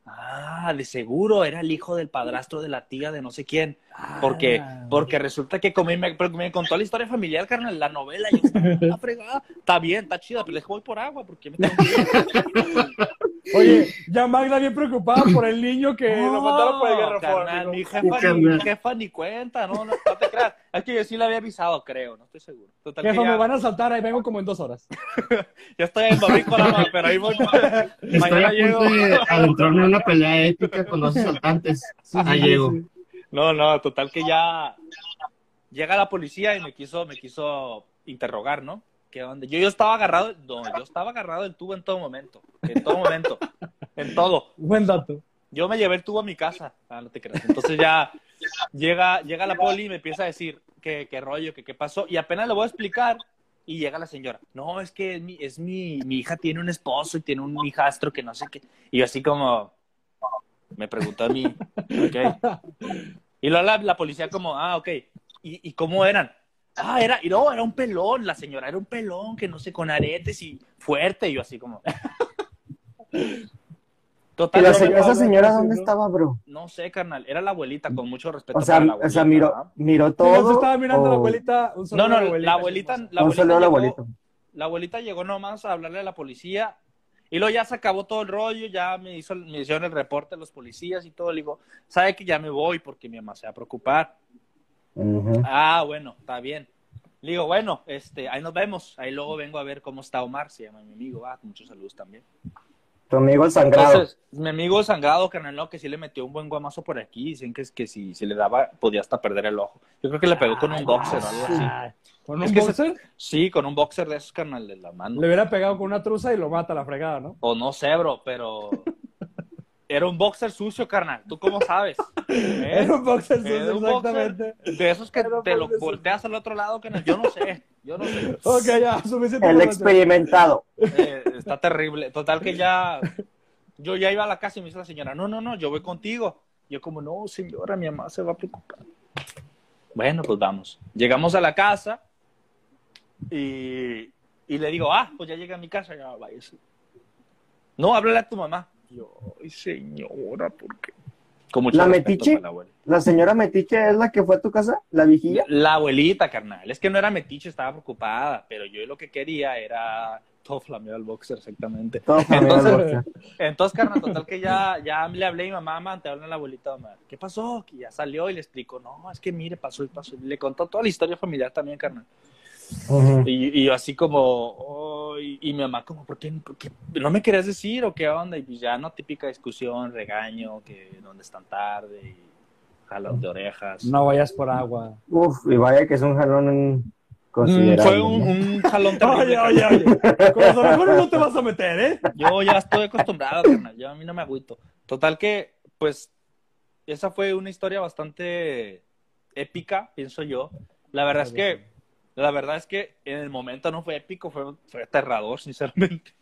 [SPEAKER 2] ah, de seguro era el hijo del padrastro de la tía de no sé quién, porque, porque resulta que como me, pero me contó la historia familiar, carnal, la novela, y yo, "Ah, fregada, está bien, está chida, pero les voy por agua, porque me tengo que ir".
[SPEAKER 3] Oye, ya Magda bien preocupada por el niño que lo
[SPEAKER 2] No,
[SPEAKER 3] mandaron por el
[SPEAKER 2] carnal,
[SPEAKER 3] garrafón.
[SPEAKER 2] Mi
[SPEAKER 3] digo.
[SPEAKER 2] jefa, ni,
[SPEAKER 5] Carnal.
[SPEAKER 2] mi jefa ni cuenta, no, no, no te creas. Es que yo sí la había avisado, creo, no estoy seguro. Total, que
[SPEAKER 3] Jefa,
[SPEAKER 2] ya,
[SPEAKER 3] me van a saltar, ahí vengo como en dos horas.
[SPEAKER 2] ya estoy en Bavícola, ma, pero ahí voy. ma.
[SPEAKER 5] Estoy
[SPEAKER 2] Mañana
[SPEAKER 5] a
[SPEAKER 2] llego.
[SPEAKER 5] punto de adentrarme en una pelea ética con dos asaltantes. Ahí llego.
[SPEAKER 2] No, no, total que ya llega la policía y me quiso, me quiso interrogar, ¿no? ¿Qué onda? Yo, yo estaba agarrado, no, yo estaba agarrado del tubo en todo momento, en todo momento, en todo.
[SPEAKER 3] Buen dato.
[SPEAKER 2] Yo me llevé el tubo a mi casa. Ah, no te creas. Entonces ya llega, llega la poli y me empieza a decir qué, qué rollo, que qué pasó. Y apenas le voy a explicar y llega la señora. No, es que es mi, es mi, mi hija tiene un esposo y tiene un hijastro que no sé qué. Y yo así como me preguntó a mí. ok. Y luego la, la policía como, ah, ok. ¿Y, y cómo eran? Ah, era, y no, era un pelón, la señora era un pelón, que no sé, con aretes y fuerte. Y yo así como...
[SPEAKER 1] ¿Y
[SPEAKER 2] Total,
[SPEAKER 1] la
[SPEAKER 2] no,
[SPEAKER 1] se-
[SPEAKER 2] no,
[SPEAKER 1] esa señora
[SPEAKER 3] sí,
[SPEAKER 1] dónde
[SPEAKER 3] ¿no?
[SPEAKER 1] estaba, bro?
[SPEAKER 2] no sé, carnal. Era la abuelita, con mucho respeto.
[SPEAKER 1] O sea,
[SPEAKER 2] para la
[SPEAKER 1] o sea,
[SPEAKER 2] abuelita,
[SPEAKER 1] miró,
[SPEAKER 2] ¿verdad?
[SPEAKER 1] miró
[SPEAKER 3] Sí, nos
[SPEAKER 1] todo.
[SPEAKER 3] estaba mirando
[SPEAKER 1] o-
[SPEAKER 3] la abuelita. Un saludo
[SPEAKER 2] No, no,
[SPEAKER 3] a
[SPEAKER 2] la abuelita,
[SPEAKER 3] hermosa.
[SPEAKER 2] la
[SPEAKER 1] Un saludo
[SPEAKER 2] abuelita,
[SPEAKER 1] a la
[SPEAKER 2] llegó,
[SPEAKER 1] abuelita.
[SPEAKER 2] la abuelita llegó nomás a hablarle a la policía. Y luego ya se acabó todo el rollo, ya me, hizo, me hicieron el reporte a los policías y todo. Le digo, ¿sabe que ya me voy porque mi mamá se va a preocupar?
[SPEAKER 1] Ujú.
[SPEAKER 2] Ah, bueno, está bien. Le digo, bueno, este, ahí nos vemos. Ahí luego vengo a ver cómo está Omar, se llama mi amigo. Ah, muchos saludos también.
[SPEAKER 1] Tu amigo el sangrado.
[SPEAKER 2] Entonces, mi amigo sangrado, carnal, no, que sí le metió un buen guamazo por aquí. Dicen que, es que si, si le daba, podía hasta perder el ojo. Yo creo que le pegó
[SPEAKER 3] Ah,
[SPEAKER 2] con un boxer o algo así.
[SPEAKER 3] Ay, Ah, ¿Con
[SPEAKER 2] Es
[SPEAKER 3] un
[SPEAKER 2] que se-
[SPEAKER 3] boxer?
[SPEAKER 2] Sí, con un boxer de esos, carnal, de la mano.
[SPEAKER 3] Le hubiera pegado con una truza y lo mata a la fregada, ¿no?
[SPEAKER 2] O no sé, bro, pero... Era un boxer sucio, carnal. ¿Tú cómo sabes? ¿Eh?
[SPEAKER 3] Era un boxer,
[SPEAKER 2] Era
[SPEAKER 3] sucio,
[SPEAKER 2] un boxer.
[SPEAKER 3] exactamente.
[SPEAKER 2] De esos que
[SPEAKER 3] Era un
[SPEAKER 2] te lo
[SPEAKER 3] boxer sucio.
[SPEAKER 2] volteas al otro lado, carnal. Yo no sé. Yo no sé.
[SPEAKER 3] Ok, ya, suficiente.
[SPEAKER 1] El
[SPEAKER 3] información.
[SPEAKER 1] experimentado.
[SPEAKER 2] Eh, está terrible. Total que ya... Yo ya iba a la casa y me dice la señora, no, no, no, yo voy contigo. Yo como, no, señora, mi mamá se va a preocupar. Bueno, pues vamos. Llegamos a la casa y, y le digo, ah, pues ya llegué a mi casa. Ya, váyase. No, háblale a tu mamá. Yo, ay, señora, ¿por qué? Con mucho
[SPEAKER 1] ¿La
[SPEAKER 2] respeto
[SPEAKER 1] metiche?
[SPEAKER 2] para La, abuela.
[SPEAKER 1] ¿La señora Metiche es la que fue a tu casa? ¿La vigía?
[SPEAKER 2] La abuelita, carnal. Es que no era metiche, estaba preocupada, pero yo lo que quería era todo flameo al boxer, exactamente.
[SPEAKER 1] Todo familiar
[SPEAKER 2] Entonces-
[SPEAKER 1] boxer.
[SPEAKER 2] Entonces, carnal, total que ya, ya le hablé a mi mamá, mamá, te habló la abuelita, mamá, ¿qué pasó? Que ya salió y le explicó, no, es que mire, pasó y pasó. Y Le contó toda la historia familiar también, carnal.
[SPEAKER 1] Ujú.
[SPEAKER 2] Y, y yo así como, "Oh", y, y mi mamá como, ¿por qué, por qué no me querías decir o qué onda? Y pues ya no, típica discusión, regaño, que dónde están tarde, y jalas de orejas.
[SPEAKER 3] No vayas por agua.
[SPEAKER 1] Uf, y vaya que es un jalón
[SPEAKER 2] Mm,
[SPEAKER 1] considerable.
[SPEAKER 2] Fue un,
[SPEAKER 1] ¿no?
[SPEAKER 2] un jalón terrible.
[SPEAKER 3] Oye, oye, oye. Con los orejones no te vas a meter, ¿eh?
[SPEAKER 2] Yo ya estoy acostumbrado, carnal. Yo a mí no me agüito. Total que, pues, esa fue una historia bastante épica, pienso yo. La verdad es que, la verdad es que en el momento no fue épico, fue, fue aterrador, sinceramente.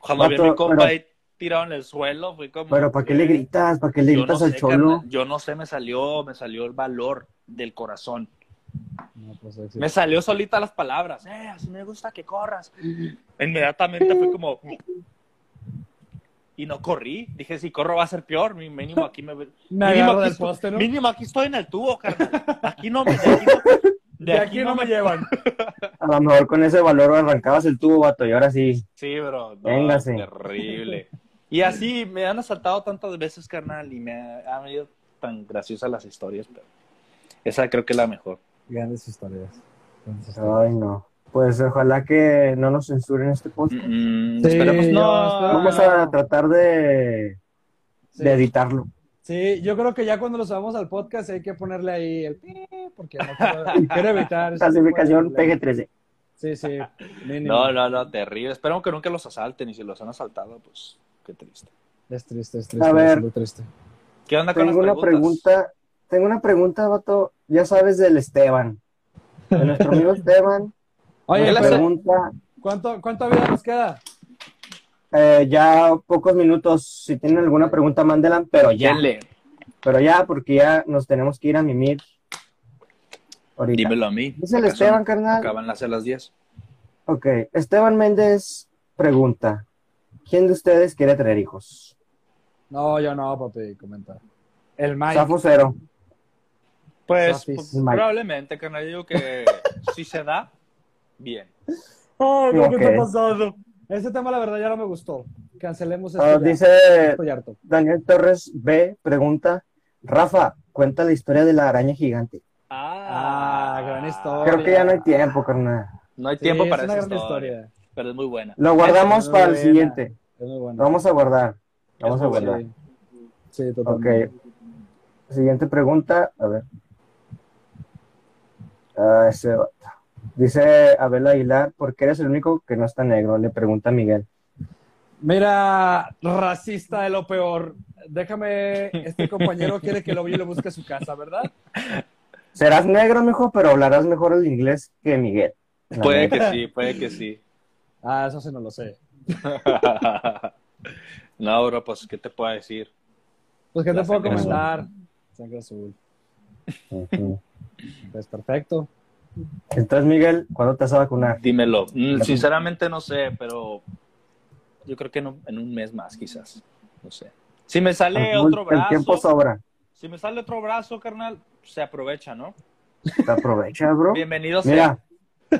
[SPEAKER 2] Cuando vi a
[SPEAKER 1] Vato,
[SPEAKER 2] mi compa
[SPEAKER 1] pero-
[SPEAKER 2] ahí tirado en el suelo, fue como...
[SPEAKER 1] Pero ¿para qué le gritas? ¿Para qué le
[SPEAKER 2] Yo
[SPEAKER 1] gritas
[SPEAKER 2] no
[SPEAKER 1] al
[SPEAKER 2] sé,
[SPEAKER 1] cholo?
[SPEAKER 2] carnal. yo no sé, me salió, me salió el valor del corazón.
[SPEAKER 4] No, pues,
[SPEAKER 3] Este,
[SPEAKER 4] éxito.
[SPEAKER 2] Me salió solita las palabras. Eh, así me gusta que corras. Inmediatamente fue como. Y no corrí. Dije, si corro va a ser peor. Mi- Mínimo aquí me.
[SPEAKER 3] Me
[SPEAKER 2] mínimo,
[SPEAKER 3] agarro
[SPEAKER 2] aquí
[SPEAKER 3] del
[SPEAKER 2] estoy,
[SPEAKER 3] poste, ¿no?
[SPEAKER 2] mínimo aquí estoy en el tubo, carnal. Aquí no me. De aquí no, de
[SPEAKER 3] De aquí no me llevan.
[SPEAKER 1] A lo mejor con ese valor arrancabas el tubo, vato, y ahora sí.
[SPEAKER 2] Sí, bro. No,
[SPEAKER 1] Véngase.
[SPEAKER 2] Terrible. Y así me han asaltado tantas veces, carnal. Y me ha- han venido tan graciosas las historias. Pero esa creo que es la mejor.
[SPEAKER 4] Grandes historias. Grandes historias.
[SPEAKER 1] Ay, no. Pues ojalá que no nos censuren este podcast.
[SPEAKER 2] Mm,
[SPEAKER 4] Sí,
[SPEAKER 2] esperemos
[SPEAKER 4] yo
[SPEAKER 2] no.
[SPEAKER 4] espero-
[SPEAKER 1] Vamos a tratar de,
[SPEAKER 3] Sí.
[SPEAKER 1] de editarlo.
[SPEAKER 3] Sí, yo creo que ya cuando lo subamos al podcast hay que ponerle ahí el pi, porque no quiero, quiero evitar. ese
[SPEAKER 1] Clasificación
[SPEAKER 3] tipo de-
[SPEAKER 1] PG-13.
[SPEAKER 3] Sí, sí. mínimo.
[SPEAKER 2] No, no, no, terrible. Espero que nunca los asalten y si los han asaltado, pues qué triste.
[SPEAKER 4] Es triste, es triste.
[SPEAKER 1] A ver.
[SPEAKER 4] es muy triste.
[SPEAKER 2] ¿Qué onda con
[SPEAKER 1] Tengo
[SPEAKER 2] las
[SPEAKER 1] una
[SPEAKER 2] preguntas?
[SPEAKER 1] pregunta. Tengo una pregunta, vato. Ya sabes del Esteban. De nuestro amigo Esteban.
[SPEAKER 3] Oye,
[SPEAKER 1] Nos
[SPEAKER 3] pues,
[SPEAKER 2] la-
[SPEAKER 3] pero,
[SPEAKER 1] pregunta.
[SPEAKER 3] ¿cuánto, ¿cuánta vida nos queda?
[SPEAKER 1] eh, ya pocos minutos. Si tienen alguna pregunta, mándela, pero ya.
[SPEAKER 2] Denle,
[SPEAKER 1] Pero ya, porque ya nos tenemos que ir a mimir. Ahorita.
[SPEAKER 2] dímelo a mí.
[SPEAKER 1] Dice el
[SPEAKER 2] ¿Acaso
[SPEAKER 1] Esteban,
[SPEAKER 2] no
[SPEAKER 1] carnal.
[SPEAKER 2] Acaban las a las 10.
[SPEAKER 1] Ok, Esteban Méndez pregunta, ¿quién de ustedes quiere tener hijos?
[SPEAKER 4] No, yo no, papi, comenta.
[SPEAKER 3] El Mike.
[SPEAKER 1] Zafo cero.
[SPEAKER 2] Pues
[SPEAKER 4] Sofis.
[SPEAKER 2] pu- probablemente, carnal, yo digo que si se da, bien.
[SPEAKER 3] Oh,
[SPEAKER 1] no, ¿qué Ok. está
[SPEAKER 3] pasando? Ese tema, la verdad, ya no me gustó. Cancelemos esto.
[SPEAKER 1] Ah,
[SPEAKER 3] ya.
[SPEAKER 1] dice
[SPEAKER 3] Estoy harto.
[SPEAKER 1] Daniel Torres B, pregunta, Rafa, cuenta la historia de la araña gigante.
[SPEAKER 3] Ah, gran historia.
[SPEAKER 1] Creo que ya no hay tiempo, carnal.
[SPEAKER 2] No hay
[SPEAKER 3] Sí,
[SPEAKER 2] tiempo para
[SPEAKER 3] es una
[SPEAKER 2] esa
[SPEAKER 3] gran
[SPEAKER 2] historia,
[SPEAKER 3] historia.
[SPEAKER 2] pero es muy buena.
[SPEAKER 1] Lo guardamos
[SPEAKER 3] Muy
[SPEAKER 1] para el
[SPEAKER 3] buena.
[SPEAKER 1] siguiente.
[SPEAKER 4] Es muy
[SPEAKER 1] Lo
[SPEAKER 4] bueno.
[SPEAKER 1] vamos a guardar. Lo vamos a
[SPEAKER 4] Sí.
[SPEAKER 1] guardar.
[SPEAKER 4] Sí,
[SPEAKER 1] Ok.
[SPEAKER 4] totalmente.
[SPEAKER 1] Siguiente pregunta. A ver. Ah, ese vato. Dice Abel Aguilar, ¿por qué eres el único que no está negro? Le pregunta Miguel.
[SPEAKER 3] Mira, racista de lo peor. Déjame, este compañero quiere que lo vaya y lo busque a su casa, ¿verdad?
[SPEAKER 1] Serás negro, mijo, pero hablarás mejor el inglés que Miguel. La
[SPEAKER 2] Puede
[SPEAKER 1] neta.
[SPEAKER 2] que sí, puede que sí.
[SPEAKER 4] Ah, eso sí no lo sé.
[SPEAKER 2] no, bro, pues, ¿qué te puedo decir?
[SPEAKER 4] Pues, ¿qué te
[SPEAKER 2] La
[SPEAKER 4] puedo
[SPEAKER 2] sangre
[SPEAKER 1] azul.
[SPEAKER 4] comentar? Sangre azul.
[SPEAKER 1] Ujú.
[SPEAKER 4] Pues perfecto.
[SPEAKER 1] Entonces, Miguel, ¿cuándo te vas a vacunar?
[SPEAKER 2] Dímelo. Mm, Sinceramente no sé, pero yo creo que en un, en un mes más, quizás. No sé. Si me sale
[SPEAKER 1] Muy-
[SPEAKER 2] otro
[SPEAKER 1] el tiempo
[SPEAKER 2] brazo,
[SPEAKER 1] sobra.
[SPEAKER 2] si me sale otro brazo, carnal, se aprovecha, ¿no?
[SPEAKER 1] Te aprovecha, bro.
[SPEAKER 2] Bienvenido sea.
[SPEAKER 1] Mira,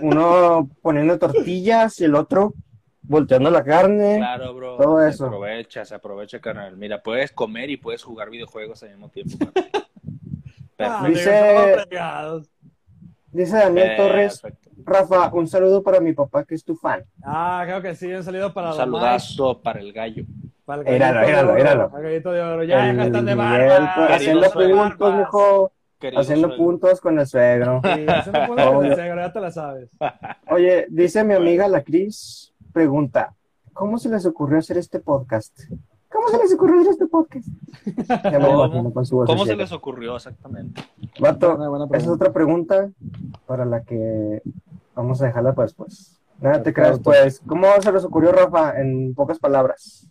[SPEAKER 1] uno poniendo tortillas y el otro volteando la carne.
[SPEAKER 2] Claro, bro.
[SPEAKER 1] Todo
[SPEAKER 2] se
[SPEAKER 1] eso.
[SPEAKER 2] aprovecha, se aprovecha, carnal. Mira, puedes comer y puedes jugar videojuegos al mismo tiempo. carnal.
[SPEAKER 3] Ah,
[SPEAKER 1] Dice-
[SPEAKER 3] estamos fregados.
[SPEAKER 1] Dice Daniel Ah, Torres,
[SPEAKER 2] Eh, Perfecto.
[SPEAKER 1] Rafa, un saludo para mi papá que es tu fan.
[SPEAKER 3] Ah, creo que sí, un saludo para
[SPEAKER 2] Un
[SPEAKER 3] Don
[SPEAKER 2] saludazo para el gallo.
[SPEAKER 3] Mike, para el
[SPEAKER 1] Éralo,
[SPEAKER 3] gallito de
[SPEAKER 1] éralo,
[SPEAKER 3] oro,
[SPEAKER 1] éralo.
[SPEAKER 3] al gallito de oro. Ya, deja de estar de
[SPEAKER 1] El
[SPEAKER 3] barba.
[SPEAKER 1] Miguel, pues, haciendo
[SPEAKER 2] soy
[SPEAKER 1] puntos, mijo,
[SPEAKER 2] Querido
[SPEAKER 1] haciendo
[SPEAKER 2] suegro.
[SPEAKER 1] puntos con el suegro.
[SPEAKER 3] Sí, eso no puedo
[SPEAKER 1] Obvio. Ah,
[SPEAKER 3] hacer, ya te la sabes.
[SPEAKER 1] Oye, dice mi amiga la Cris, pregunta, ¿cómo se les ocurrió hacer este podcast? ¿Cómo se les ocurrió hacer este podcast? Ya me
[SPEAKER 2] ¿Cómo?
[SPEAKER 1] imagino con su voz
[SPEAKER 2] ¿Cómo
[SPEAKER 1] así.
[SPEAKER 2] se les ocurrió exactamente?
[SPEAKER 1] Vato,
[SPEAKER 4] Una buena
[SPEAKER 1] esa es
[SPEAKER 4] pregunta.
[SPEAKER 1] otra pregunta para la que vamos a dejarla para después. Nada te creas,
[SPEAKER 4] Perfecto.
[SPEAKER 1] pues. ¿Cómo se les ocurrió, Rafa, en pocas palabras?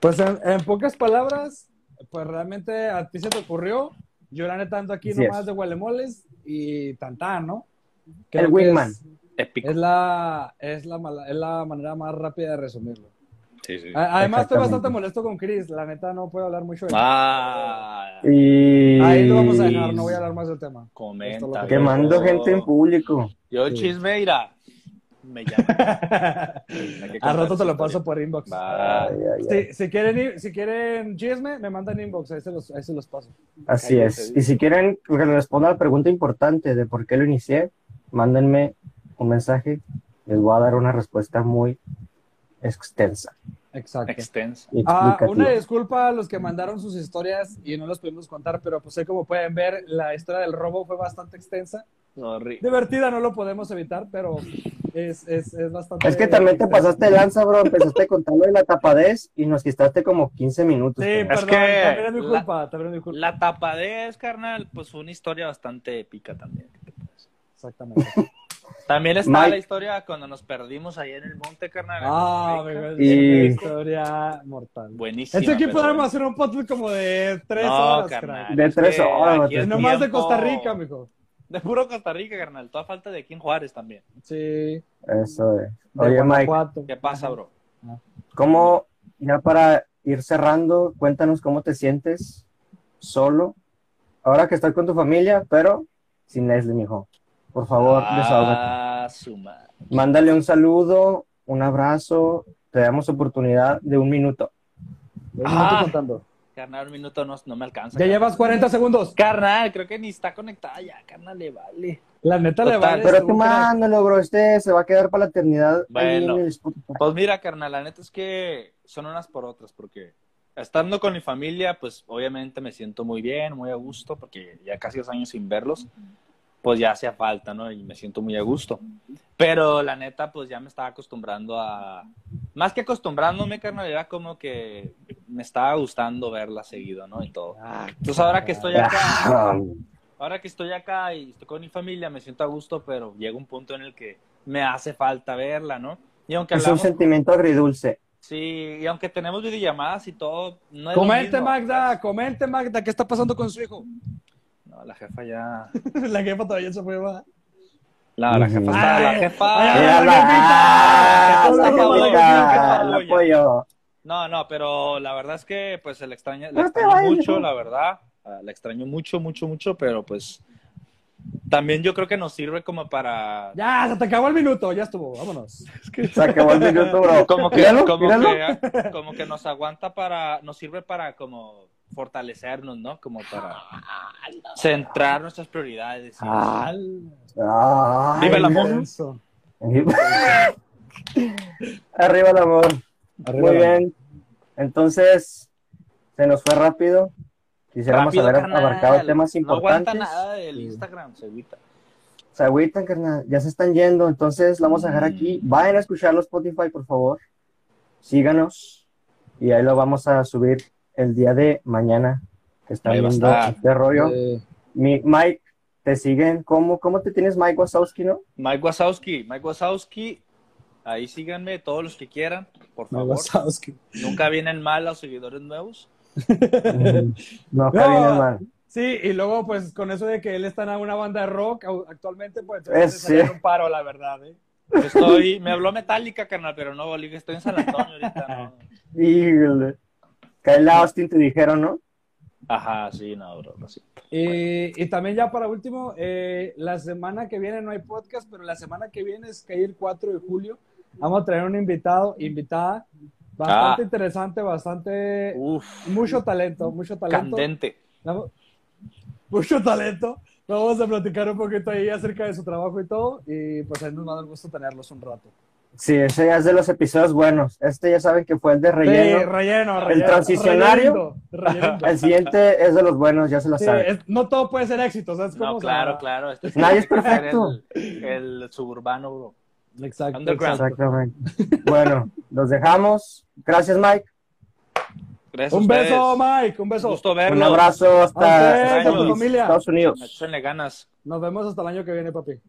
[SPEAKER 3] Pues en, en pocas palabras, pues realmente a ti se te ocurrió. Yo la neta ando aquí
[SPEAKER 1] Así
[SPEAKER 3] nomás
[SPEAKER 1] es.
[SPEAKER 3] de gualemoles y tantán, ¿no?
[SPEAKER 1] El
[SPEAKER 3] que
[SPEAKER 1] wingman.
[SPEAKER 3] Es,
[SPEAKER 2] Épico.
[SPEAKER 3] es la, es, la mala- es la manera más rápida de resumirlo.
[SPEAKER 2] Sí, sí.
[SPEAKER 3] A- Además, estoy
[SPEAKER 1] Exactamente.
[SPEAKER 3] bastante molesto con Chris. La neta, no puedo hablar mucho de él.
[SPEAKER 2] Ah,
[SPEAKER 1] Y...
[SPEAKER 3] Ahí lo vamos a dejar, no voy a hablar más del tema.
[SPEAKER 2] comenta.
[SPEAKER 1] Quemando
[SPEAKER 2] viejo.
[SPEAKER 1] gente en público.
[SPEAKER 2] Yo el chisme, mira, me llama.
[SPEAKER 3] Al rato te lo paso por inbox.
[SPEAKER 2] Va.
[SPEAKER 1] Ay, ay, ay.
[SPEAKER 3] Si, si quieren, ir- si quieren chisme, me mandan inbox, ahí se los, ahí se los paso.
[SPEAKER 1] Así es. Y si quieren que le responda a la pregunta importante de por qué lo inicié, mándenme un mensaje. Les voy a dar una respuesta muy extensa
[SPEAKER 3] Exacto.
[SPEAKER 2] Extensa.
[SPEAKER 1] y
[SPEAKER 3] Ah, una
[SPEAKER 1] explicativa.
[SPEAKER 3] disculpa a los que mandaron sus historias y no las pudimos contar, pero pues ahí como pueden ver, la historia del robo fue bastante extensa.
[SPEAKER 2] Sorry.
[SPEAKER 3] Divertida, no lo podemos evitar, pero es, es, es bastante...
[SPEAKER 1] Es que también te
[SPEAKER 3] extensa.
[SPEAKER 1] pasaste de lanza, bro. Empezaste con todo de la tapadez y nos quitaste como 15 minutos.
[SPEAKER 3] Sí,
[SPEAKER 1] cabrón.
[SPEAKER 3] perdón,
[SPEAKER 2] que
[SPEAKER 3] también es mi
[SPEAKER 2] la-
[SPEAKER 3] culpa, también es mi culpa.
[SPEAKER 2] La tapadez, carnal, pues fue una historia bastante épica también.
[SPEAKER 3] Exactamente.
[SPEAKER 2] También está
[SPEAKER 1] Mike.
[SPEAKER 2] la historia cuando nos perdimos allá en el monte, carnal.
[SPEAKER 3] Ah,
[SPEAKER 2] Rica.
[SPEAKER 3] bebé,
[SPEAKER 1] Y-
[SPEAKER 3] es una historia mortal.
[SPEAKER 2] Buenísima.
[SPEAKER 3] Este aquí
[SPEAKER 2] pero
[SPEAKER 3] podemos
[SPEAKER 2] bueno.
[SPEAKER 3] hacer un podcast como de tres
[SPEAKER 2] No,
[SPEAKER 3] horas,
[SPEAKER 2] carnal,
[SPEAKER 3] crack.
[SPEAKER 1] De
[SPEAKER 2] es
[SPEAKER 1] tres
[SPEAKER 2] que
[SPEAKER 1] horas,
[SPEAKER 2] aquí
[SPEAKER 1] vato.
[SPEAKER 2] es
[SPEAKER 3] Nomás de
[SPEAKER 2] tiempo-
[SPEAKER 3] Costa Rica, mijo.
[SPEAKER 2] De puro Costa Rica, carnal. Toda falta de aquí en Juárez también.
[SPEAKER 3] Sí.
[SPEAKER 1] Eso es.
[SPEAKER 3] de
[SPEAKER 1] Oye, Mike,
[SPEAKER 3] Guanajuato.
[SPEAKER 2] ¿Qué pasa, bro?
[SPEAKER 1] ¿cómo, ya para ir cerrando, cuéntanos cómo te sientes solo, ahora que estás con tu familia, pero sin Leslie, mijo. Por favor, desahógate.
[SPEAKER 2] Ah, su madre.
[SPEAKER 1] Mándale un saludo, un abrazo. Te damos oportunidad de un minuto.
[SPEAKER 4] Yo
[SPEAKER 2] Ah.
[SPEAKER 4] no estoy contando.
[SPEAKER 2] Carnal, un minuto no, no me alcanza.
[SPEAKER 3] Ya llevas 40 segundos.
[SPEAKER 2] Carnal, creo que ni está conectada ya, carnal, le vale.
[SPEAKER 3] La neta le
[SPEAKER 2] Total,
[SPEAKER 3] vale.
[SPEAKER 1] Pero tú
[SPEAKER 3] según que la-
[SPEAKER 1] mándalo, bro. Este se va a quedar para la eternidad. ahí
[SPEAKER 2] Bueno.
[SPEAKER 1] en el Spotify.
[SPEAKER 2] Pues mira, carnal, la neta es que son unas por otras, porque estando con mi familia, pues obviamente me siento muy bien, muy a gusto, porque ya casi dos años sin verlos, pues ya hacía falta, ¿no? Y me siento muy a gusto. Pero la neta, pues ya me estaba acostumbrando a... Más que acostumbrándome, carnal, era como que me estaba gustando verla seguido, ¿no? Y todo. Entonces ahora que estoy acá...
[SPEAKER 1] Ah,
[SPEAKER 2] Ahora que estoy acá y estoy con mi familia, me siento a gusto, pero llega un punto en el que me hace falta verla, ¿no? Y aunque
[SPEAKER 1] es un
[SPEAKER 2] hablamos,
[SPEAKER 1] sentimiento agridulce.
[SPEAKER 2] sí, y aunque tenemos videollamadas y todo, no es lo
[SPEAKER 3] Comente,
[SPEAKER 2] mismo.
[SPEAKER 3] Magda, comente, Magda, ¿qué está pasando con su hijo?
[SPEAKER 2] No, la jefa ya.
[SPEAKER 3] la jefa todavía se fue, va.
[SPEAKER 2] No, la jefa está. La
[SPEAKER 3] Ay,
[SPEAKER 2] jefa.
[SPEAKER 3] ay,
[SPEAKER 1] Mira,
[SPEAKER 3] la
[SPEAKER 1] la-
[SPEAKER 3] jefita,
[SPEAKER 1] ah,
[SPEAKER 2] la
[SPEAKER 1] la
[SPEAKER 2] jefita,
[SPEAKER 1] jefita,
[SPEAKER 2] la
[SPEAKER 1] la apoyo.
[SPEAKER 2] No, no, pero la verdad es que pues se la extraña, la
[SPEAKER 1] No te
[SPEAKER 2] extraño
[SPEAKER 1] vayas,
[SPEAKER 2] mucho,
[SPEAKER 1] hijo.
[SPEAKER 2] la verdad. Ah, La extraño mucho, mucho, mucho, pero pues También yo creo que nos sirve como para.
[SPEAKER 3] Ya, se te acabó el minuto, ya estuvo, vámonos.
[SPEAKER 1] Se acabó el minuto, bro.
[SPEAKER 2] Como que,
[SPEAKER 1] Míralo,
[SPEAKER 2] como,
[SPEAKER 1] míralo.
[SPEAKER 2] Que, como que nos aguanta para. Nos sirve para como fortalecernos, ¿no? Como para centrar nuestras prioridades. ¿sí?
[SPEAKER 1] Ay,
[SPEAKER 2] Viva el amor.
[SPEAKER 3] Eso.
[SPEAKER 1] Arriba el amor. Muy bien. Entonces, se nos fue rápido. Quisiéramos
[SPEAKER 2] Rápido,
[SPEAKER 1] haber
[SPEAKER 2] carnal.
[SPEAKER 1] abarcado temas
[SPEAKER 2] No aguanta
[SPEAKER 1] importantes.
[SPEAKER 2] nada del Instagram, se evita.
[SPEAKER 1] se agüitan, carnal. Ya se están yendo. Entonces, la vamos a dejar
[SPEAKER 2] Mm.
[SPEAKER 1] aquí. Vayan a escucharlo Spotify, por favor. Síganos. Y ahí lo vamos a subir el día de mañana. Que está
[SPEAKER 2] Ahí va a
[SPEAKER 1] viendo
[SPEAKER 2] estar.
[SPEAKER 1] este rollo.
[SPEAKER 4] Eh,
[SPEAKER 1] Mi, Mike, ¿te siguen? ¿Cómo, ¿Cómo te tienes, Mike Wazowski, no?
[SPEAKER 2] Mike Wazowski, Mike Wazowski, ahí síganme todos los que quieran, por
[SPEAKER 4] no,
[SPEAKER 2] favor.
[SPEAKER 4] Wazowski.
[SPEAKER 2] Nunca vienen mal los seguidores nuevos.
[SPEAKER 1] Mm. no, acá
[SPEAKER 3] No.
[SPEAKER 1] viene mal.
[SPEAKER 3] Sí, y luego, pues, con eso de que él está en una banda de rock au- actualmente, pues,
[SPEAKER 1] Es,
[SPEAKER 3] entonces sería
[SPEAKER 1] sí.
[SPEAKER 3] un paro, la verdad, ¿eh?
[SPEAKER 2] Yo Estoy, me habló Metallica, carnal, pero no, Bolivia, estoy en San Antonio ahorita. no.
[SPEAKER 1] Híjole. Kyle Austin te dijeron, ¿no?
[SPEAKER 2] Ajá, sí, no, bro, no, sí.
[SPEAKER 3] Y, y también ya para último, eh, la semana que viene no hay podcast, pero la semana que viene es que hay el 4 de julio. Vamos a traer un invitado, invitada, bastante
[SPEAKER 2] Ah.
[SPEAKER 3] interesante, bastante,
[SPEAKER 2] Uf,
[SPEAKER 3] mucho talento, mucho talento.
[SPEAKER 2] candente.
[SPEAKER 3] Vamos- mucho talento. Vamos a platicar un poquito ahí acerca de su trabajo y todo, y pues ahí nos va a dar gusto tenerlos un rato.
[SPEAKER 1] Sí, ese ya es de los episodios buenos. Este ya saben que fue el de
[SPEAKER 3] Sí,
[SPEAKER 1] relleno.
[SPEAKER 3] relleno,
[SPEAKER 1] El
[SPEAKER 3] relleno,
[SPEAKER 1] transicionario.
[SPEAKER 3] relleno, relleno.
[SPEAKER 1] El siguiente es de los buenos, ya se lo
[SPEAKER 3] Sí,
[SPEAKER 1] saben.
[SPEAKER 3] es- no todo puede ser éxito, ¿sabes cómo?
[SPEAKER 2] No,
[SPEAKER 3] O sea,
[SPEAKER 2] claro, claro. Este
[SPEAKER 1] Nadie es
[SPEAKER 2] tiene que ser
[SPEAKER 1] perfecto.
[SPEAKER 2] El, el suburbano, bro.
[SPEAKER 3] Exacto.
[SPEAKER 2] Underground.
[SPEAKER 1] Exactamente. Bueno, los dejamos. Gracias, Mike.
[SPEAKER 2] Gracias
[SPEAKER 3] Un
[SPEAKER 2] a ustedes.
[SPEAKER 3] beso, Mike. Un beso.
[SPEAKER 2] Gusto verlos.
[SPEAKER 1] Un abrazo hasta,
[SPEAKER 3] A
[SPEAKER 2] ustedes,
[SPEAKER 1] hasta
[SPEAKER 2] a tu
[SPEAKER 3] familia.
[SPEAKER 1] Estados Unidos.
[SPEAKER 2] Échenle ganas.
[SPEAKER 3] Nos vemos hasta el año que viene, papi.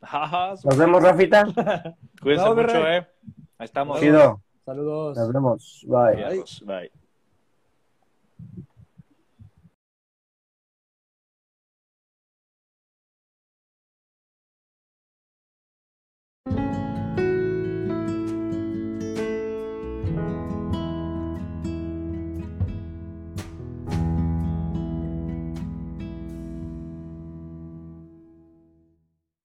[SPEAKER 2] Ajá,
[SPEAKER 1] Nos vemos, Rafita.
[SPEAKER 2] Cuídense
[SPEAKER 3] Bravo, mi
[SPEAKER 2] mucho,
[SPEAKER 3] rey.
[SPEAKER 2] eh. Ahí estamos.
[SPEAKER 1] Chido.
[SPEAKER 3] Saludos.
[SPEAKER 1] Nos vemos. Bye.
[SPEAKER 2] Adiós, Bye.